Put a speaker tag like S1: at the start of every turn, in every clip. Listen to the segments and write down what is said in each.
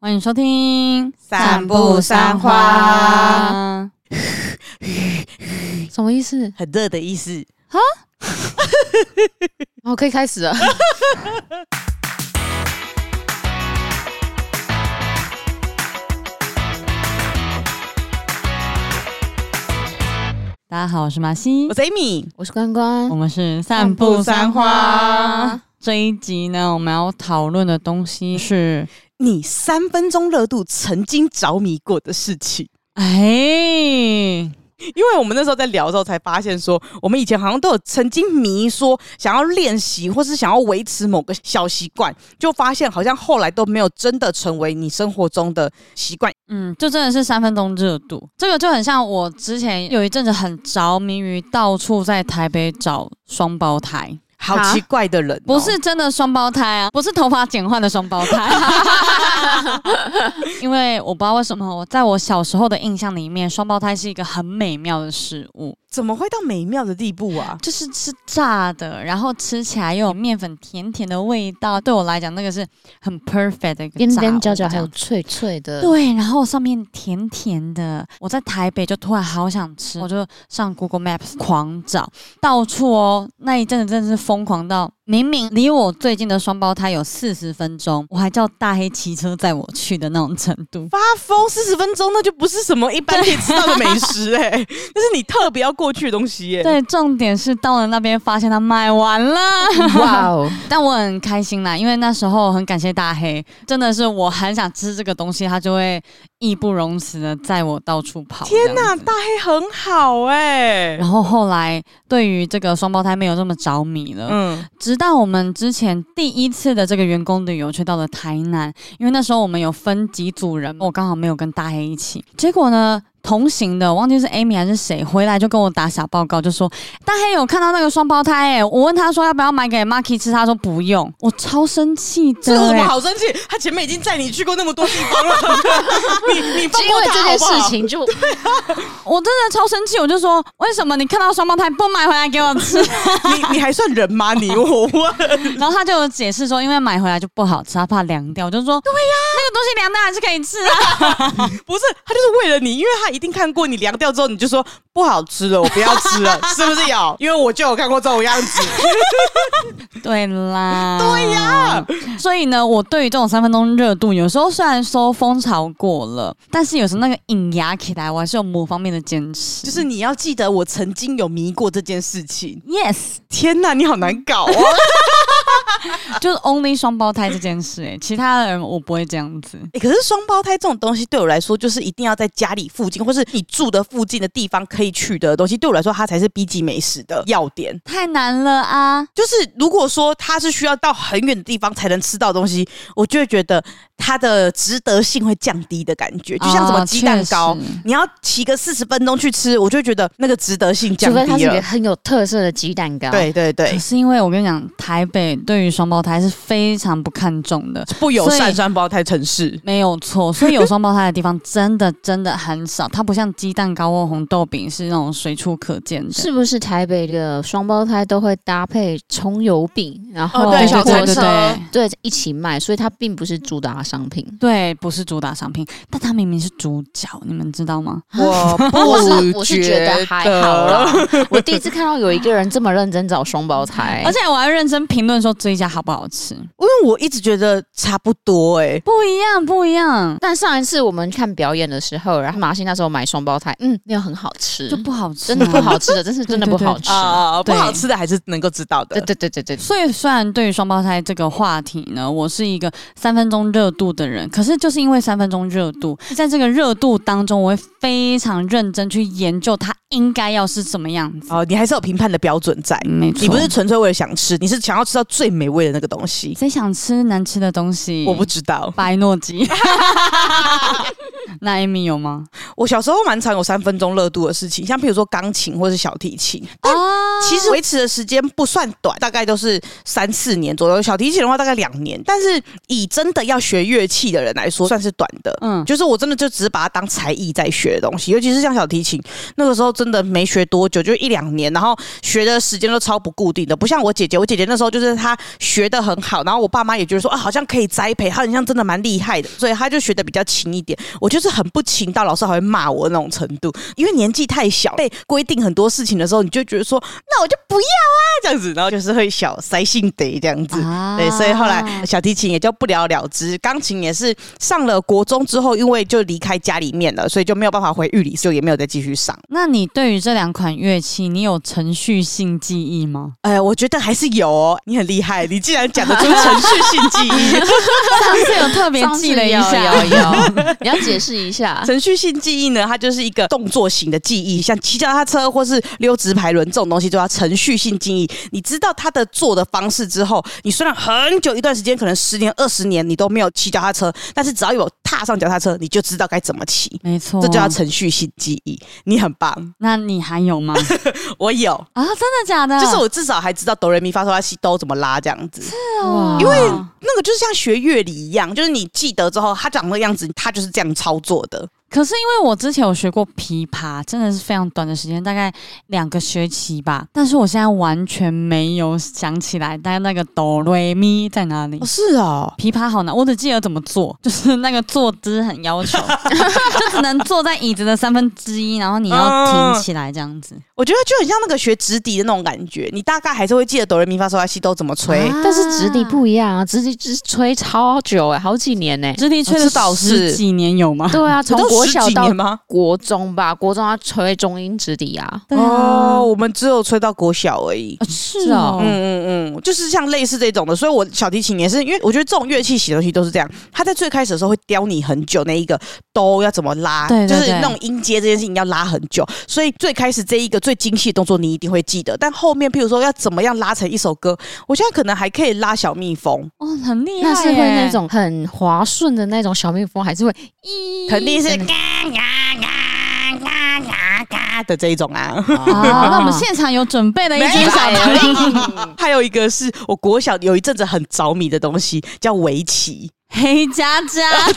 S1: 欢迎收听《
S2: 散步三花》。
S1: 什么意思？
S2: 很热的意思。
S1: 哦，可以开始了。大家好，我是马西
S2: 我，是 Amy，
S3: 我是关关
S1: 我，们是
S2: 散步三花。
S1: 这一集呢，我们要讨论的东西是，
S2: 你三分钟热度曾经着迷过的事情。
S1: 哎，
S2: 因为我们那时候在聊的时候才发现说，我们以前好像都有曾经迷说想要练习，或是想要维持某个小习惯，就发现好像后来都没有真的成为你生活中的习惯。
S1: 嗯，就真的是三分钟热度，这个就很像我之前有一阵子很着迷于到处在台北找双胞胎，
S2: 好
S3: 啊
S2: 奇怪的人哦、
S1: 不是真的双胞胎啊，不是头发剪换的双胞胎，啊因为我不知道为什么，我在我小时候的印象里面，双胞胎是一个很美妙的事物，
S2: 怎么会到美妙的地步啊？
S1: 就是是炸的，然后吃起来又有面粉甜甜的味道，对我来讲那个是很 perfect 的一个
S3: 边
S1: 炸
S3: 边
S1: 物
S3: 角角还
S1: 这样
S3: 有脆脆的，
S1: 对，然后上面甜甜的，我在台北就突然好想吃，我就上 Google Maps 狂找，到处哦，那一阵子真的是疯狂到，明明离我最近的双胞胎有四十分钟，我还叫大黑骑车载我去的那种程度。
S2: 发疯四十分钟，那就不是什么一般可以吃到的美食哎、 欸，那是你特别要过去的东西欸耶、
S1: 对，重点是到了那边发现它卖完了，
S3: 哇哦，
S1: 但我很开心啦，因为那时候很感谢大黑，真的是我很想吃这个东西，他就会义不容辞的载我到处跑。
S2: 天
S1: 哪
S2: 呐，，大黑很好哎、
S1: 然后后来对于这个双胞胎没有这么着迷了，
S2: 嗯，
S1: 直到我们之前第一次的这个员工旅游去到了台南，因为那时候我们有分几组人，我刚好没有跟大黑一起，结果呢。同行的，我忘记是 Amy 还是谁，回来就跟我打小报告，就说大黑有看到那个双胞胎、欸，我问他说要不要买给 Marky 吃，他说不用，我超生气的、
S2: 这有什
S1: 欸
S2: 么好生气？他前面已经载你去过那么多地方 了，你你放
S3: 因
S2: 过
S3: 为
S2: 他
S3: 这
S2: 好
S3: 件
S2: 不好
S3: 事？情就
S1: 我真的超生气，我就说为什么你看到双胞胎不买回来给我吃？
S2: 你你还算人吗？ 你我问，
S1: 然后他就有解释说，因为买回来就不好吃，他怕凉掉。我就说，对呀、那个东西凉掉还是可以吃啊。
S2: 不是他就是为了你，因为他一定看过你凉掉之后，你就说不好吃了，我不要吃 了，是不是有？因为我就有看过这种样子，
S1: 对 啦，
S2: 哎
S1: 对呀、所以呢，我对于这种三分钟热度，有时候虽然说风潮过了，但是有时候那个引牙起来，我还是有某方面的坚持。
S2: 就是你要记得我曾经有迷过这件事情。
S1: yes，
S2: 天呐，你好难搞哦！
S1: 就是 only 双胞胎这件事、欸，其他的人我不会这样子。
S2: 欸可是双胞胎这种东西对我来说，就是一定要在家里附近，或是你住的附近的地方可以取得的东西，对我来说，它才是 B 级美食的要点。
S1: 太难了啊！
S2: 就是如果说它是需要到很远的地方才能吃到的东西，我就会觉得它的值得性会降低的感觉，就像什么鸡蛋糕。
S1: 啊确实
S2: 你要骑个四十分钟去吃，我就会觉得那个值得性降
S3: 除非它
S2: 低
S3: 是一个
S2: 了。
S3: 很有特色的鸡蛋糕，，
S2: 对对 对
S1: 可，是因为我跟你讲，台北对于双胞胎是非常不看重的，
S2: 不友
S1: 所
S2: 善
S1: 以
S2: 双胞胎城市。
S1: 没有错，所以有双胞胎的地方真的真的很少，它不像鸡蛋糕或红豆饼是那种随处可见的。
S3: 是不是台北的双胞胎都会搭配葱油饼，然后
S2: 哦
S1: 对
S2: 对
S1: 对
S2: 小
S1: 对
S2: 餐
S1: 对
S2: 车
S1: 对
S3: 对一起卖，所以它并不是主打商品。
S1: 对，不是主打商品，但它明明是主角，你们知道吗？
S2: 我
S3: 我是
S2: 不
S3: 我是觉得还好啦
S2: 觉得，
S3: 我第一次看到有一个人这么认真找双胞胎，
S1: 而且我还认真评论说这一家好不好吃，
S2: 因为我一直觉得差不多哎、
S1: 不一样，不一样，
S3: 但上一次我们看表演的时候，然后马欣那时候买双胞胎，嗯，没有很好吃，
S1: 就不好吃、啊
S3: 真的不好。吃的，真是真的不好吃。
S2: 啊、不
S1: 对
S2: 好吃的还是能够知道的
S3: 对。对对对对，
S1: 所以，虽然对于双胞胎这个话题呢，我是一个三分钟热度的人，可是就是因为三分钟热度，在这个热度当中，我会非常认真去研究它应该要是什么样子。
S2: 哦，你还是有评判的标准在，
S1: 没错，
S2: 你不是纯粹为了想吃，你是想要吃到最美味的那个东西。
S1: 谁想吃难吃的东西？
S2: 我不知道，
S1: 白诺基。那 Amy 有吗？
S2: 我小时候蛮常有三分钟热度的事情，像譬如说钢琴或是小提琴，但
S1: 啊
S2: 其实维持的时间不算短，大概都是三四年左右。小提琴的话大概两年，但是以真的要学乐器的人来说，算是短的。
S1: 嗯
S2: 就是我真的就只是把它当才艺在学的东西，尤其是像小提琴，那个时候真的没学多久，就一两年，然后学的时间都超不固定的，不像我姐姐，我姐姐那时候就是她学的很好，然后我爸妈也觉得说啊，好像可以栽培，她很像真的蛮厉害的，所以她就学的比较勤一点。我就是很不勤到老师还会骂我那种程度，因为年纪太小，被规定很多事情的时候，你就觉得说那我就不要啊这样子，然后就是会小塞性得这样子。
S1: 啊
S2: 对，所以后来小提琴也就不了了之，钢琴也是上了国中之后，因为就离开家里面了，所以就没有办法回玉里，所以也没有再继续上。
S1: 那你对于这两款乐器，你有程序性记忆吗？
S2: 哎、我觉得还是有哦，你很厉害，你竟然讲得出程序性记忆。
S1: 上次有特别记了一下，
S3: 有有 有，你要解释一下。
S2: 程序性记忆呢，它就是一个动作型的记忆，像骑脚踏车或是溜直排轮这种东西，就叫程序性记忆。你知道它的做的方式之后，你虽然很久一段时间，可能十年、二十年，你都没有骑脚踏车，但是只要有踏上脚踏车，你就知道该怎么骑。
S1: 没错，
S2: 这就叫程序性记忆。你很棒，
S1: 那你还有吗？
S2: 我有，
S1: 啊，真的假的？
S2: 就是我至少还知道哆来咪发嗦拉西哆怎么拉这样子。
S1: 哦，
S3: 因为
S2: 那个就是像学乐理一样，就是你记得之后，它长的样子，它就是这样操作的。
S1: 可是因为我之前有学过琵琶，真的是非常短的时间，大概两个学期吧。但是我现在完全没有想起来，但那个哆瑞咪在哪里？
S2: 是哦，
S1: 琵琶好难，我只记得怎么做， 就是那个坐姿很要 求，就只能坐在椅子的三分之一，然后你要挺起来这样 子。
S2: 我觉得就很像那个学直笛的那种感觉，你大概还是会记得哆来咪发嗦拉西哆怎么吹。
S1: 啊
S3: 但是直笛
S2: 哦
S3: 不一样啊，直笛只吹超久哎、好几年呢、
S1: 直笛吹
S2: 我知道
S1: 了
S2: 是
S1: 十几年有吗？
S3: 对啊，从
S2: 都
S3: 国
S2: 十
S3: 小
S2: 几
S3: 到
S2: 年吗？
S3: 国中吧，国中要吹中音直笛啊。
S1: 对啊
S2: 哦，我们只有吹到国小而已。
S1: 啊是
S3: 是
S1: 哦
S3: 哦，
S2: 嗯嗯嗯，就是像类似这种的，所以我小提琴也是，因为我觉得这种乐器写东西都是这样，它在最开始的时候会雕你很久，那一个哆要怎么拉，
S1: 对对
S2: 就是
S1: 对
S2: 那种音阶这件事情要拉很久，所以最开始这一个最精细的动作你一定会记得，但后面譬如说要怎么样拉成一首歌，我现在可能还可以拉小蜜蜂，
S1: 哦，很厉害
S3: 那
S1: 耶，
S3: 是会那种很滑顺的那种小蜜蜂，还是会
S1: 嗯
S3: 咦？
S2: 肯定是
S3: 真的
S2: 嘎嘎嘎嘎嘎嘎的这一种啊。
S1: 啊。那我们 现场有准备了一
S2: 没
S1: 支
S2: 有
S1: 小提琴，
S2: 还有一个是我国小有一阵子很着迷的东西，叫围棋。
S1: 黑加加，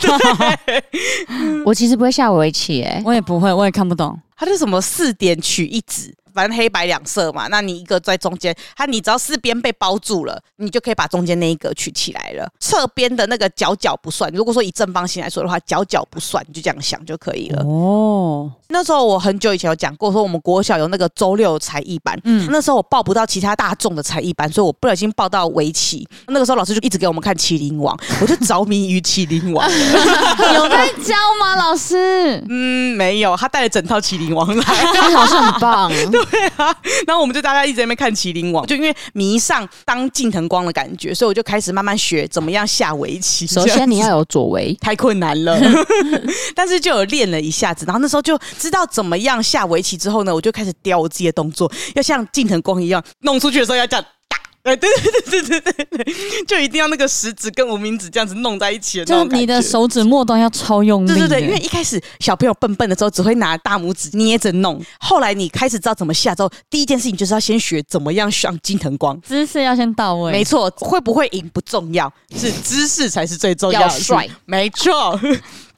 S3: 我其实不会下围 棋哎、
S1: 我也不会，我也看不懂。
S2: 它是什么四点取一子，反正黑白两色嘛。那你一个在中间，它你只要四边被包住了，你就可以把中间那一个取起来了。侧边的那个角角不算。如果说以正方形来说的话，角角不算，你就这样想就可以了。
S1: 哦，
S2: 那时候我很久以前有讲过，说我们国小有那个周六才艺班，
S1: 嗯，
S2: 那时候我报不到其他大众的才艺班，所以我不小心报到围棋。那个时候老师就一直给我们看《麒麟王》，我就着迷于《麒麟王》 了。
S1: 有在教吗，老师？
S2: 嗯，没有，他带了整套《麒麟王》来。
S3: 欸，老师很棒，
S2: 然后我们就大家一直在那边看《麒麟王》，就因为迷上当近藤光的感觉，所以我就开始慢慢学怎么样下围棋。
S3: 首
S2: 这样
S3: 先
S2: 子
S3: 你要有左围，
S2: 太困难了，但是就有练了一下子，然后那时候就知道怎么样下围棋之后呢，我就开始雕我自己的动作，要像近藤光一样，弄出去的时候要这样。打，哎，对对对对对对对，就一定要那个食指跟无名指这样子弄在一起的那
S1: 就
S2: 种
S1: 是你的
S2: 感觉
S1: 手指末端要超用力
S2: 对
S1: 耶，
S2: 对对，因为一开始小朋友笨笨的时候，只会拿大拇指捏着弄。后来你开始知道怎么下之后，第一件事情就是要先学怎么样上金藤光。
S1: 姿势要先到位。
S2: 没错，会不会赢不重要，是姿势才是最重要的
S3: 要
S2: 事。
S3: 帅
S2: 没错。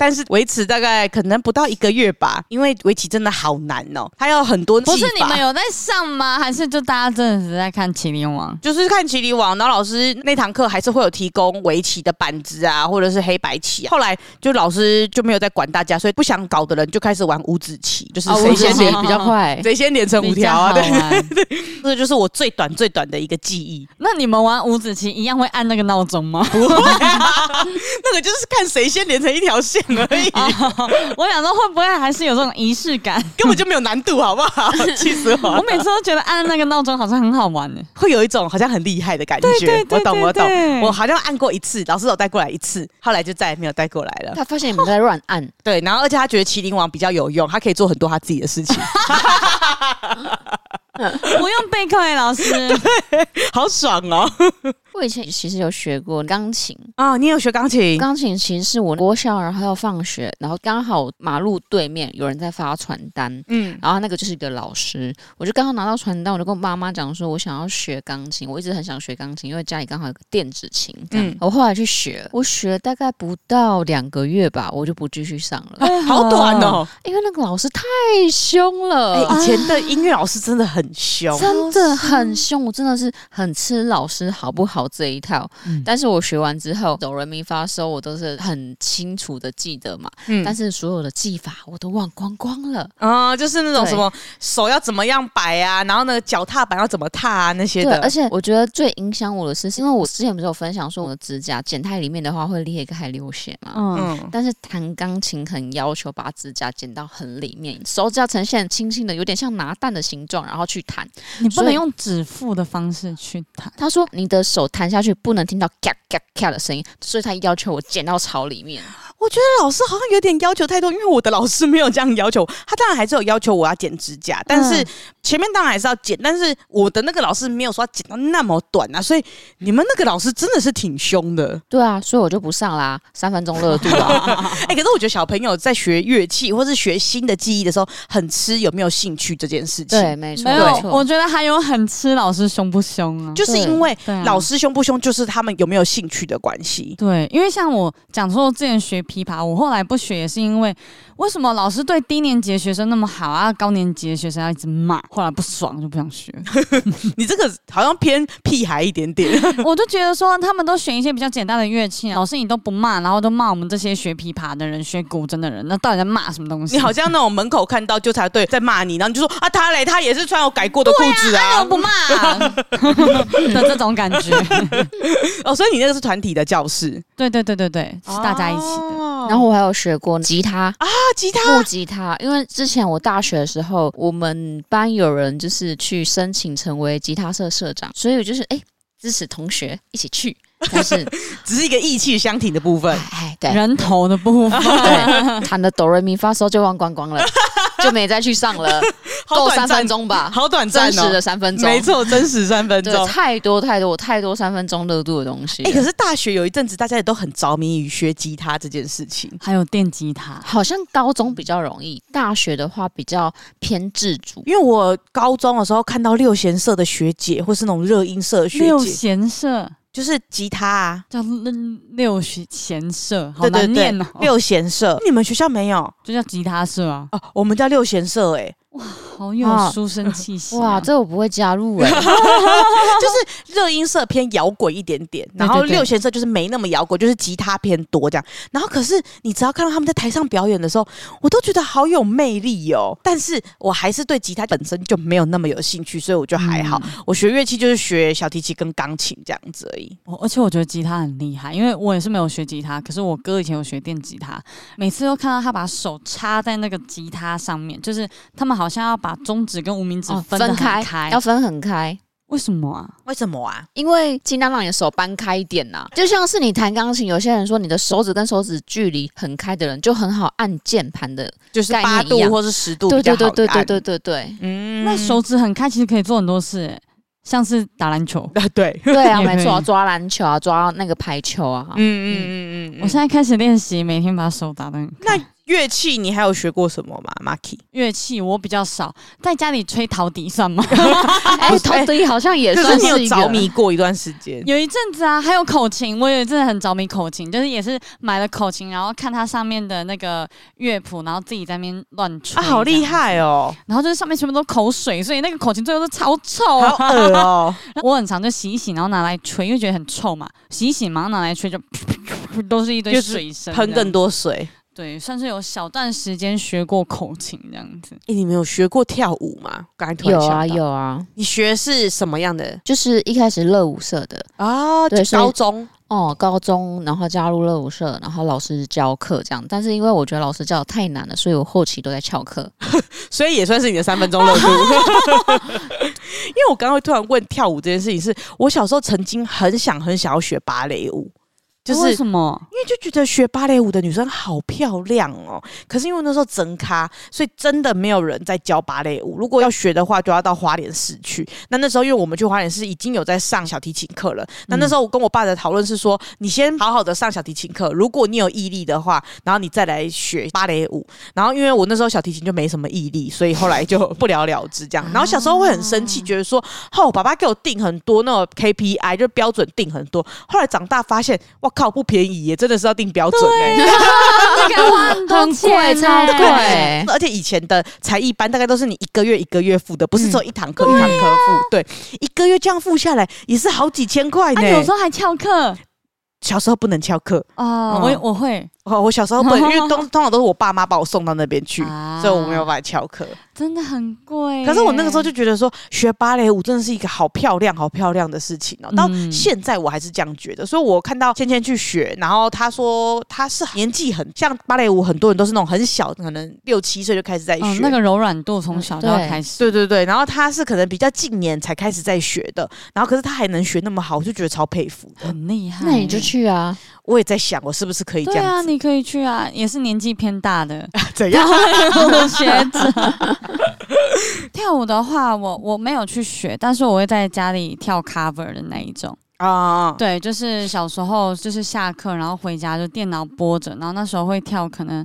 S2: 但是维持大概可能不到一个月吧，因为围棋真的好难哦，它有很多技
S1: 不
S2: 法。
S1: 是你们有在上吗？还是就大家真的是在看《麒麟王》？
S2: 就是看棋理网，然后老师那堂课还是会有提供围棋的板子啊，或者是黑白棋、啊。后来就老师就没有再管大家，所以不想搞的人就开始玩五子棋，就是
S3: 啊，
S2: 谁
S3: 我先
S1: 哦五
S2: 哦先
S1: 子棋
S2: 连
S3: 比较 快。
S2: 谁先连成五
S1: 比较
S2: 条
S1: 好
S2: 啊。对，
S1: 玩。
S2: 这就是我最短最短的一个记 忆。
S1: 那你们玩五子棋一样会按那个闹钟吗？
S2: 不会啊，那个就是看谁先连成一条线而 已，
S1: 我想说会不会还是有这种仪式 感？
S2: 根本就没有难度，好不好？ 气死我
S1: 我
S2: 了！
S1: 每次都觉得按那个闹钟好像很好玩 呢。
S2: 会有一种好像很厉害的感觉。
S1: 对对对
S2: 我懂，
S1: 对
S2: 我
S1: 对
S2: 懂。我好像按过一次，老师有带过来一次，后来就再也没有带过来了。
S3: 他发现你们在乱按，
S2: 对，然后而且他觉得麒麟王比较有用，他可以做很多他自己的事情。
S1: 不用备课哎，老师。
S2: 好爽哦！
S3: 我以前其实有学过钢琴，
S2: 啊，你有学钢琴？
S3: 钢琴其实是我国小，然后要放学，然后刚好马路对面有人在发传单，
S2: 嗯，
S3: 然后那个就是一个老师，我就刚好拿到传单，我就跟我妈妈讲说，我想要学钢琴，我一直很想学钢琴，因为家里刚好有个电子琴，这样，
S2: 嗯
S3: 我后来去学，我学大概不到两个月吧，我就不继续上 了，
S1: 哎
S2: 好短哦。
S3: 因为那个老师太凶了。
S2: 哎，以前的音乐老师真的很凶。
S3: 真的很凶，我真的是很吃老师好不好这一套。
S2: 嗯
S3: 但是我学完之后，走人民发收我都是很清楚的记得嘛，
S2: 嗯
S3: 但是所有的技法我都忘光光了。
S2: 啊、就是那种
S3: 对
S2: 什么手要怎么样摆啊，然后那个脚踏板要怎么踏啊那些
S3: 对，
S2: 的。
S3: 而且我觉得最影响我的是，因为我之前不是有分享说我的指甲剪太里面的话会裂开流血嘛。
S1: 嗯，
S2: 嗯，
S3: 但是弹钢琴很要求把指甲剪到很里面，手指要呈现轻轻的，有点像拿蛋的形状，然后去弹。
S1: 你不
S3: 所
S1: 能
S3: 以
S1: 用指腹的方式去弹。
S3: 他说你的手弹下去不能听到咔咔咔的声音，所以他要求我剪到草里面。
S2: 我觉得老师好像有点要求太多，因为我的老师没有这样要求，他当然还是有要求我要剪指甲，但是前面当然还是要剪，但是我的那个老师没有说要剪到那么短啊，所以你们那个老师真的是挺凶的。
S3: 对啊，所以我就不上啦，三分钟热度啊。
S2: 哎、可是我觉得小朋友在学乐器或是学新的技艺的时候，很吃有没有兴趣这件事情。
S3: 对，，没错，
S1: 没有
S3: 没，错
S1: 我觉得还有很吃老师凶不凶啊？
S2: 就是因为
S1: 对啊
S2: 老师凶不凶，就是他们有没有兴趣的关系。
S1: 对，因为像我讲说，之前学琵琶，我后来不学也是因为，为什么老师对低年级的学生那么好啊，高年级的学生要一直骂，后来不爽就不想学。
S2: 你这个好像偏屁孩一点 点。
S1: 我就觉得说，他们都选一些比较简单的乐器，啊老师你都不骂，然后都骂我们这些学琵琶的人、学古筝的人，那到底在骂什么东西？
S2: 你好像那种门口看到纠察队在骂你，然后你就说啊，他嘞，他也是穿我改过的裤子啊
S1: 我。不骂、 的这种感觉。
S2: 哦，所以你那个是团体的教室，
S1: 对对对对对，是大家一起的。
S2: 哦
S3: 然后我还有学过吉他，
S2: 啊，吉他
S3: 木吉他，因为之前我大学的时候，我们班有人就是去申请成为吉他社社长，所以我就是哎、支持同学一起 去，但是
S2: 只是一个意气相挺的部分
S3: 哎。哎对
S1: 人头的部分，
S3: 对，弹的哆瑞咪发嗦就忘光 光了，就没再去上了，
S2: 好
S3: 够
S2: 短
S3: 三
S2: 暂哦
S3: 分，钟吧，
S2: 好短暂
S3: 真
S2: 哦，
S3: 实的三分钟，
S2: 没，错，真实三分
S3: 对，
S2: 钟。
S3: 太多太多，我太多三分钟热度的东西了。
S2: 哎，可是大学有一阵子，大家也都很着迷于学吉他这件事情。
S1: 还有电吉他。
S3: 好像高中比较容易，大学的话比较偏自主。
S2: 因为我高中的时候看到六弦社的学姐，或是那种热音社的学
S1: 六
S2: 姐，
S1: 弦社
S2: 就是吉他啊，
S1: 叫六六弦社，好
S2: 对对
S1: 难
S2: 对
S1: 念哦，，
S2: 六弦社。你们学校没有？
S1: 就叫吉他社啊，
S2: 哦，我们叫六弦社、欸，
S1: 好有
S3: 啊
S1: 书生气息啊。
S3: 哇，这我不会加入哎、
S2: 就是热音社偏摇滚一点点，然后
S1: 对对对
S2: 六弦社就是没那么摇滚，就是吉他偏多这样。然后可是你只要看到他们在台上表演的时候，我都觉得好有魅力哦。但是我还是对吉他本身就没有那么有兴趣，所以我就
S1: 嗯
S2: 还好。我学乐器就是学小提琴跟钢琴这样子而已。
S1: 我而且我觉得吉他很厉害，因为我也是没有学吉他，可是我哥以前有学电吉他，每次都看到他把手插在那个吉他上面，就是他们好像要把中指跟无名指
S3: 哦
S1: 分得很
S3: 开
S1: 开，
S3: 要分很开，
S1: 为什么啊？
S2: 为什么啊？
S3: 因为尽量让你的手搬开一点呐、就像是你弹钢琴，有些人说你的手指跟手指距离很开的人，就很好按键盘的。
S2: 就是
S3: 概念
S2: 八度
S3: 一样
S2: 或是十度
S3: 对
S2: 比较
S3: 对
S2: 好
S3: 对对对
S2: 按
S3: 对对 对，
S2: 嗯
S1: 那手指很开其实可以做很多事、欸像是打篮球。
S2: 啊对，
S3: 对啊，
S1: 也可以
S3: 没错啊，抓篮球啊，抓那个排球啊
S2: 嗯。嗯 嗯嗯嗯，
S1: 我现在开始练习，每天把手打得很开。
S2: 那乐器你还有学过什么吗，Marky？
S1: 乐器我比较少，在家里吹陶笛算吗？
S3: 哎，陶笛好像也
S2: 可
S3: 算
S2: 你有
S3: 一
S2: 着
S3: 个。
S2: 迷过一段时间，
S1: 有一阵子啊，还有口琴，我有一阵子很着迷口琴，就是也是买了口琴，然后看它上面的那个乐谱，然后自己在那边乱吹
S2: 啊，好厉！
S1: 这样
S2: 害哦，
S1: 然后就是上面全部都口水，所以那个口琴最后都超臭
S2: 好
S1: 啊！
S2: 恶哦。
S1: 我很常就洗一洗，然后拿来吹，因为觉得很臭嘛，洗一洗马上拿来吹就 都是一堆
S2: 就是
S1: 水声，
S2: 喷更
S1: 多。
S2: 多水。
S1: 对，算是有小段时间学过口琴这样子。
S2: 哎、你们有学过跳舞吗？刚才突然
S3: 有
S2: 想
S3: 啊
S2: 到
S3: 有啊，
S2: 你学是什么样的
S3: 就是一开始热舞社的
S2: 啊？
S3: 对
S2: 就
S3: 所以
S2: 高中
S3: 哦，高中然后加入热舞社，然后老师教课这样，但是因为我觉得老师教的太难了，所以我后期都在翘课。
S2: 所以也算是你的三分钟热度。 因为我刚刚会突然问跳舞这件事情是，我小时候曾经很想很想要学芭蕾舞，就是
S1: 啊为什么？
S2: 因为就觉得学芭蕾舞的女生好漂亮哦。可是因为那时候整咖，所以真的没有人在教芭蕾舞。如果要学的话，就要到花莲市去。那那时候因为我们去花莲市已经有在上小提琴课了。那那时候我跟我爸的讨论是说，你先好好的上小提琴课，如果你有毅力的话，然后你再来学芭蕾舞。然后因为我那时候小提琴就没什么毅力，所以后来就不了了之这样。然后小时候会很生气，觉得说，哦，爸爸给我定很多那种 KPI，就标准定很多。后来长大发现，哇靠，不便宜耶，真的是要定标准欸耶。
S1: 那个花很多
S3: 很贵，
S1: 钱欸啊
S3: 超
S1: 呢
S2: 哎
S3: 贵。
S2: 而且以前的才艺班大概都是你一个月一个月付的，不是只有一堂
S1: 嗯
S2: 课、一堂课付。对，一个月这样付下来也是好几千块呢
S1: 啊，。有时候还翘课
S2: 小时候不能翘课，
S1: 哦，
S2: 嗯
S1: 我我会，
S2: 哦，我小时候不能， 因为通通常都是我爸妈把我送到那边去，
S1: 啊
S2: 所以我没有办法翘课。
S1: 真的很贵耶。
S2: 可是我那个时候就觉得说，学芭蕾舞真的是一个好漂亮、好漂亮的事情哦。到
S1: 嗯
S2: 现在我还是这样觉得，所以我看到倩倩去学，然后她说她是年纪很像芭蕾舞，很多人都是那种很小，可能六七岁就开始在学。
S1: 嗯，那个柔软度从小就要
S3: 对
S1: 开始，
S2: 对对对，然后她是可能比较近年才开始在学的，然后可是她还能学那么好，我就觉得超佩服的。
S1: 很厉害。
S3: 那你就。去 啊！
S2: 我也在想，我是不是可以这
S1: 对啊，
S2: 样子？
S1: 你可以去啊，也是年纪偏大的
S2: 怎样？
S3: 啊
S1: 学者。跳舞的话，我我没有去学，但是我会在家里跳 cover 的那一种。
S2: 啊，
S1: 对，就是小时候就是下课，然后回家就电脑播着，然后那时候会跳可能。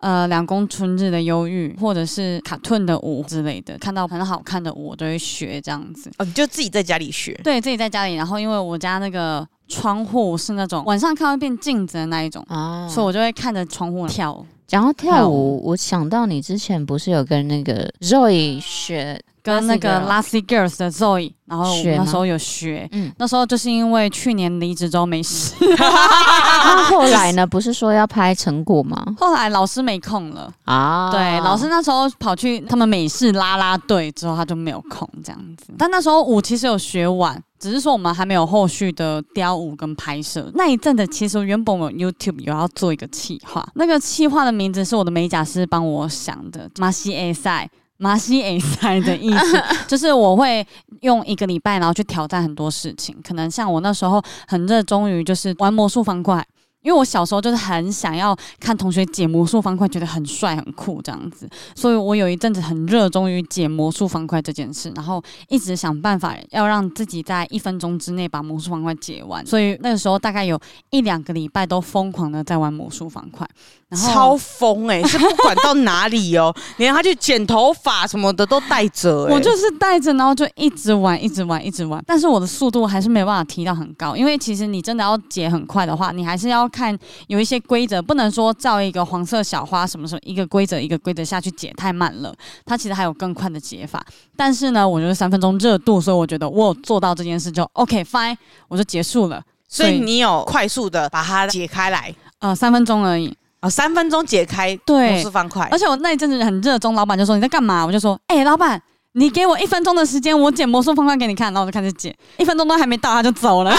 S1: 呃，两宫春日的忧郁，或者是卡顿的舞之类的，看到很好看的舞，我都会学这样子。
S2: 哦，你就自己在家里学
S1: 对自己在家里，然后因为我家那个窗户是那种晚上看会变镜子的那一种，
S3: 啊，
S1: 所以我就会看着窗户跳，
S3: 讲到跳
S1: 跳
S3: 舞，我想到你之前不是有跟那个 Zoe 学，
S1: 跟那个
S3: Lassie
S1: Lassie Girls 的 Zoe，然后我
S3: 学
S1: 们那
S3: 吗
S1: 时候有学。
S3: 嗯，
S1: 那时候就是因为去年离职之后没事，
S3: 那后来呢？不是说要拍成果吗？
S1: 后来老师没空了，
S3: 啊，
S1: 对，老 师那时候跑去他们美式啦啦队之后，他就没有空这样子。但那时候舞其实有学完，只是说我们还没有后续的雕舞跟拍摄。那一阵子，其实原本我 YouTube 有要做一个企划，那个企划的名字是我的美甲师帮我想的，马西 A 赛。马西 A 赛的意思就是我会用一个礼拜，然后去挑战很多事情。可能像我那时候很热衷于就是玩魔术方块，因为我小时候就是很想要看同学解魔术方块，觉得很帅很酷这样子，所以我有一阵子很热衷于解魔术方块这件事，然后一直想办法要让自己在一分钟之内把魔术方块解完，所以那个时候大概有一两个礼拜都疯狂的在玩魔术方块，然后
S2: 超疯哎、是不管到哪里哦， 连他去剪头发什么的都带着、欸。
S1: 我就是带着，然后就一直玩，一直玩，一直玩。但是我的速度还是没有办法提到很高，因为其实你真的要解很快的话，你还是要看有一些规则，不能说照一个黄色小花什么什么一个规则一个规则下去解太慢了。它其实还有更快的解法。但是呢，我觉得三分钟热度，所以我觉得我有做到这件事就 OK fine，我就结束了。
S2: 所以你有快速的把它解开来
S1: 呃三分钟而已。
S2: 啊、三分钟解开
S1: 对
S2: 公司方块
S1: 而且我那一阵子很热衷，老板就说你在干嘛？我就说，哎、老板，你给我一分钟的时间，我剪魔术方块给你看。然后我就开始剪， 一分钟都还没到，他就走了。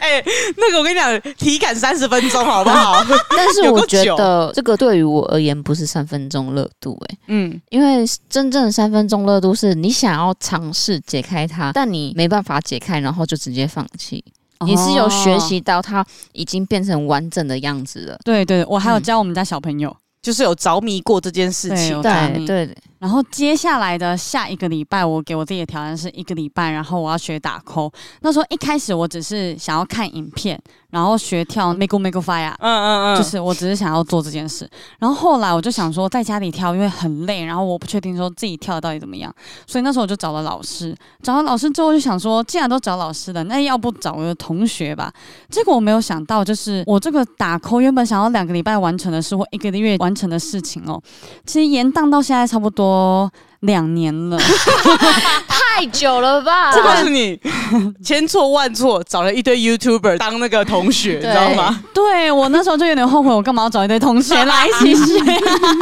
S2: 哎、那个我跟你讲，体感三十分钟好不好？
S3: 但是
S2: 有
S3: 我
S2: 够
S3: 觉
S2: 久
S3: 得这个对于我而言不是三分钟热度、欸，
S2: 嗯，
S3: 因为真正的三分钟热度是你想要尝试解开它，但你没办法解开，然后就直接放弃。
S1: 哦
S3: 你是有学习到它已经变成完整的样子了。
S1: 对对，我还有
S3: 嗯
S1: 教我们家小朋友。
S2: 就是有着迷过这件事
S1: 对
S2: 情
S1: 有。
S3: 对
S1: 对
S3: 对，
S1: 然后接下来的下一个礼拜，我给我自己的挑战是一个礼拜，然后我要学打 call。那时候一开始我只是想要看影片，然后学跳 Make Make Fire。啊
S2: 嗯嗯嗯，
S1: 就是我只是想要做这件事，然后后来我就想说在家里跳，因为很累，然后我不确定说自己跳的到底怎么样，所以那时候我就找了老师。找了老师之后，我就想说，既然都找老师了，那要不找我的同学吧？结果我没有想到，就是我这个打扣原本想要两个礼拜完成的事或一个月完成的事情哦，其实延宕到现在差不多两年了。
S3: 太久了吧
S2: 这告诉你，千错万错，找了一堆 YouTuber 当那个同学，你知道吗？
S1: 对我那时候就有点后悔，我干嘛要找一堆同学来一起学？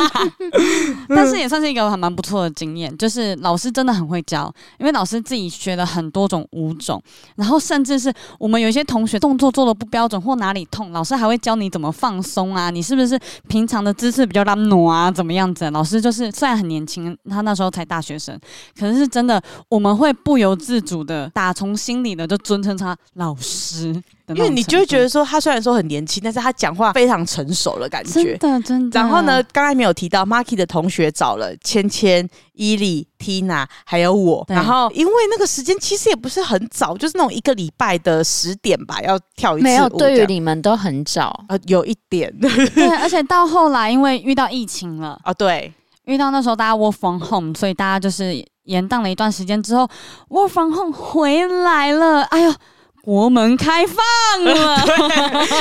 S1: 嗯但是也算是一个还蛮不错的经验，就是老师真的很会教，因为老师自己学了很多种舞种，然后甚至是我们有一些同学动作做的不标准或哪里痛，老师还会教你怎么放松啊，你是不是平常的姿势比较拉挪啊，怎么样子？老师就是虽然很年轻，他那时候才大学生，可是是真的，我们们会不由自主的打从心里的就尊称他老师的那种程
S2: 因
S1: 度，
S2: 为你就会觉得说，他虽然说很年轻，但是他讲话非常成熟的感
S1: 真
S2: 觉。
S1: 的真的。
S2: 然后呢，，刚才没有提到 Marky 的同学找了芊芊、伊利、Tina 还有我，
S1: 对
S2: 然后因为那个时间其实也不是很早，就是那种一个礼拜的十点吧，要跳一次舞这
S3: 没有，
S2: 样。
S3: 对于你们都很早。
S2: 呃有一点
S1: 对， 而且到后来因为遇到疫情了，
S2: 啊，对，
S1: 遇到那时候大家 work from home，所以大家就是延宕了一段时间之后，work from home 回来了，哎呦，国门开放 了，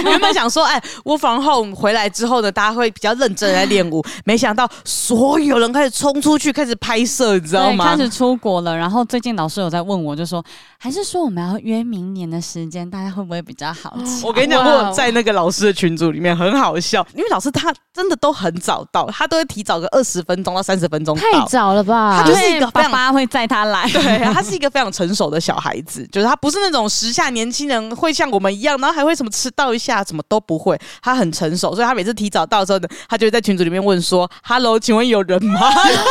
S2: 原本想说，哎，我防后回来之后呢，大家会比较认真地在练舞，没想到所有人开始冲出去，开始拍摄，你知道
S1: 对，
S2: 吗
S1: 开？始出国了。然后最近老师有在问我，就说还是说我们要约明年的时间，大家会不会比较好奇？
S2: 我跟你讲，
S3: 哇哦
S2: 我在那个老师的群组里面很好笑，因为老师他真的都很早到，他都会提早个二十分钟到三十分钟
S3: 太
S2: 到。
S3: 早了吧？
S2: 他就是一个非
S1: 爸
S2: 常
S1: 爸会载他来，
S2: 对，他是一个非常成熟的小孩子， 就是他不是那种时下年轻人会像我们一样，然后还会什么迟到一下，什么都不会。他很成熟，所以他每次提早到的时候呢，他就会在群组里面问说：“Hello，请问有人吗？”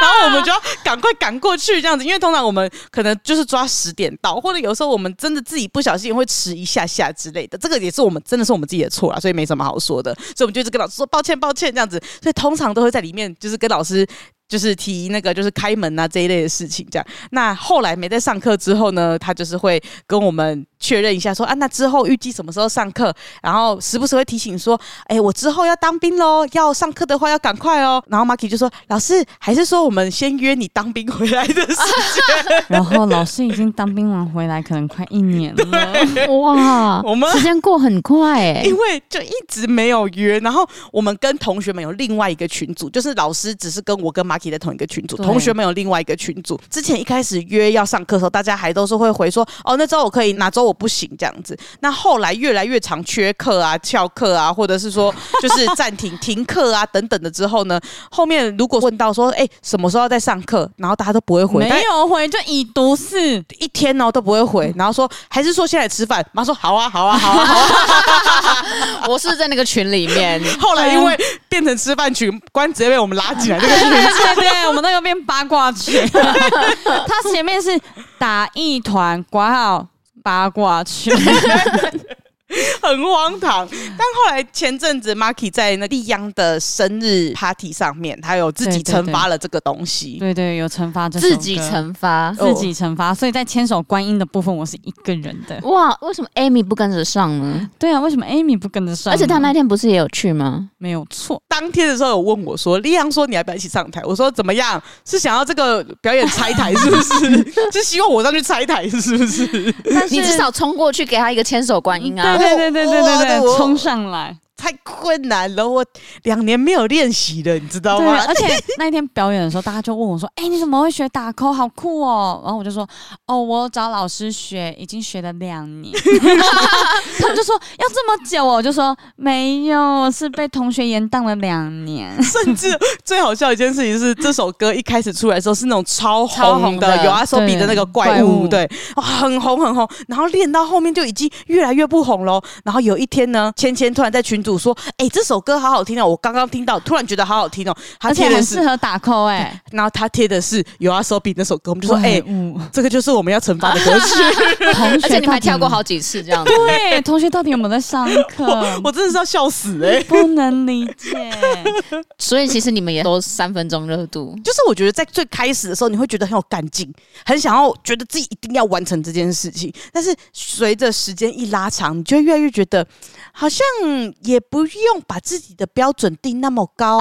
S2: 然后我们就要赶快赶过去这样子，因为通常我们可能就是抓十点到，或者有时候我们真的自己不小心会迟一下下之类的，这个也是我们真的是我们自己的错啦，所以没什么好说的，所以我们就一直跟老师说抱歉抱歉这样子，所以通常都会在里面就是跟老师。就是提那个就是开门啊这一类的事情，这样。那后来没在上课之后呢，他就是会跟我们确认一下说啊，那之后预计什么时候上课，然后时不时会提醒说，哎、我之后要当兵喽，要上课的话要赶快哦。然后 Marky 就说，老师还是说我们先约你当兵回来的时间。
S1: 然后老师已经当兵完回来，可能快一年 了。
S3: 哇，
S2: 我们
S3: 时间过很快哎、
S2: 因为就一直没有约，然后我们跟同学们有另外一个群组，就是老师只是跟我跟 Marky 在同一个群组，
S1: 对
S2: 同学们有另外一个群组。之前一开始约要上课的时候，大家还都是会回说哦，那周我可以，哪周我不行这样子。那后来越来越常缺课啊、翘课啊，或者是说就是暂停、停课啊等等的之后呢，后面如果问到说哎、什么时候要再上课，然后大家都不会回，大
S1: 没
S2: 概
S1: 有回就已读是，
S2: 一天哦都不会回，然后说还是说现在吃饭，妈说好啊好啊好啊好啊。
S3: 我是在那个群里面，
S2: 后来因为变成吃饭群，关直接被我们拉进来这 个群。
S1: 对对，我们那个变八卦群， 它前面是打一团挂号八卦群，
S2: 很荒唐。但后来前阵子 Marky 在那丽央的生日 party 上面，他有自己
S1: 对对
S2: 惩罚了这个东西。
S1: 对对，有惩罚这首歌
S3: 自己惩罚。
S1: 自己惩罚，所以在牵手观音的部分，我是一个人的。
S3: 哇，为什么 Amy 不跟着上呢？
S1: 对啊，为什么 Amy 不跟得上呢？
S3: 而且他那天不是也有去吗？
S1: 没有错，
S2: 当天的时候有问我说：“丽央说你要不要一起上台？”我说：“怎么样？是想要这个表演拆台是不 是？是希望我上去拆台是不是？
S1: 但是
S3: 你至少冲过去给他一个千手观音啊！
S1: 对对对对
S2: 我
S1: 对对，
S2: 的我
S1: 冲上来。
S2: 太困难了，我两年没有练习了，你知道
S1: 对，
S2: 吗
S1: 而且那一天表演的时候，大家就问我说：“哎、你怎么会学打 call？好酷哦！”然后我就说：“哦，我找老师学，已经学了两 年。” 他们就说：“要这么久哦？”我就说：“没有，是被同学延宕了两年。”？”
S2: 甚至 最好笑的一件事情是，这首歌一开始出来的时候是那种超
S3: 超
S2: 红
S3: 红
S2: 的，
S3: 的
S2: 有阿 s 比的那个怪物，对，哇很红很红。然后练到后面就已经越来越不红喽。然后有一天呢，芊芊突然在群组说：“哎、这首歌好好听哦，我刚刚听到，突然觉得好好听哦。”他
S1: 而且
S2: 贴的
S1: 很适
S2: 是，
S1: 合打 call 哎、
S2: 然后他贴的是有阿 s 比那首歌，我们就说：“哎、
S1: 怪物
S2: 这个就是我们要惩罚的歌曲。？
S1: 同学，。
S3: 而且你们还跳过。好几次这样子
S1: 对，同学到底有没有在上课
S2: 我真的是要笑死哎、
S1: 不能理解。
S3: 所以其实你们也都三分钟热度。
S2: 就是我觉得在最开始的时候，你会觉得很有干劲，很想要觉得自己一定要完成这件事情。但是随着时间一拉长，你就会越来越觉得，好像也不用把自己的标准定那么 高，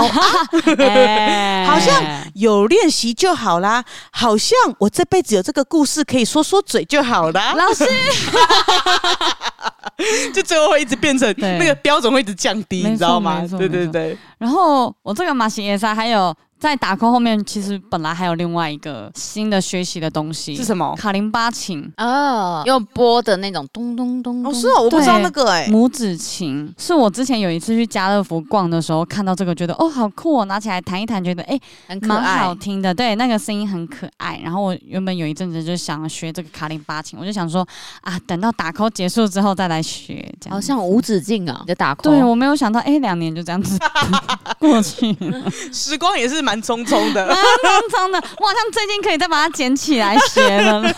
S1: 哎
S2: 好像有练习就好啦。好像我这辈子有这个故事可以说说嘴就好 啦。
S1: 老师
S2: 就最后会一直变成
S1: 对
S2: 那个标准会一直降低，
S1: 没错
S2: 你知道吗
S1: 没？错
S2: 对对
S1: 没错
S2: 对，
S1: 然后我这个马戏也赛还有在打 call 后面，其实本来还有另外一个新的学习的东西
S2: 是什么？
S1: 卡林巴琴。
S3: 哦，用拨的那种咚咚咚咚。
S2: 哦，是哦，我不知道那个哎、
S1: 拇指琴是我之前有一次去家乐福逛的时候看到这个，觉得哦好酷哦，拿起来弹一弹，觉得哎
S3: 很可
S1: 蛮
S3: 爱
S1: 好。听的，对，那个声音很可爱。然后我原本有一阵子就想学这个卡林巴琴，我就想说啊，等到打 call 结束之后再来学，这样。
S3: 好像无止境啊！你的打 call，
S1: 对，我没有想到，哎、两年就这样子 过去了。
S2: 时光也是蛮蛮匆匆的。
S1: 真的，我好像最近可以再把它捡起来学了 啦。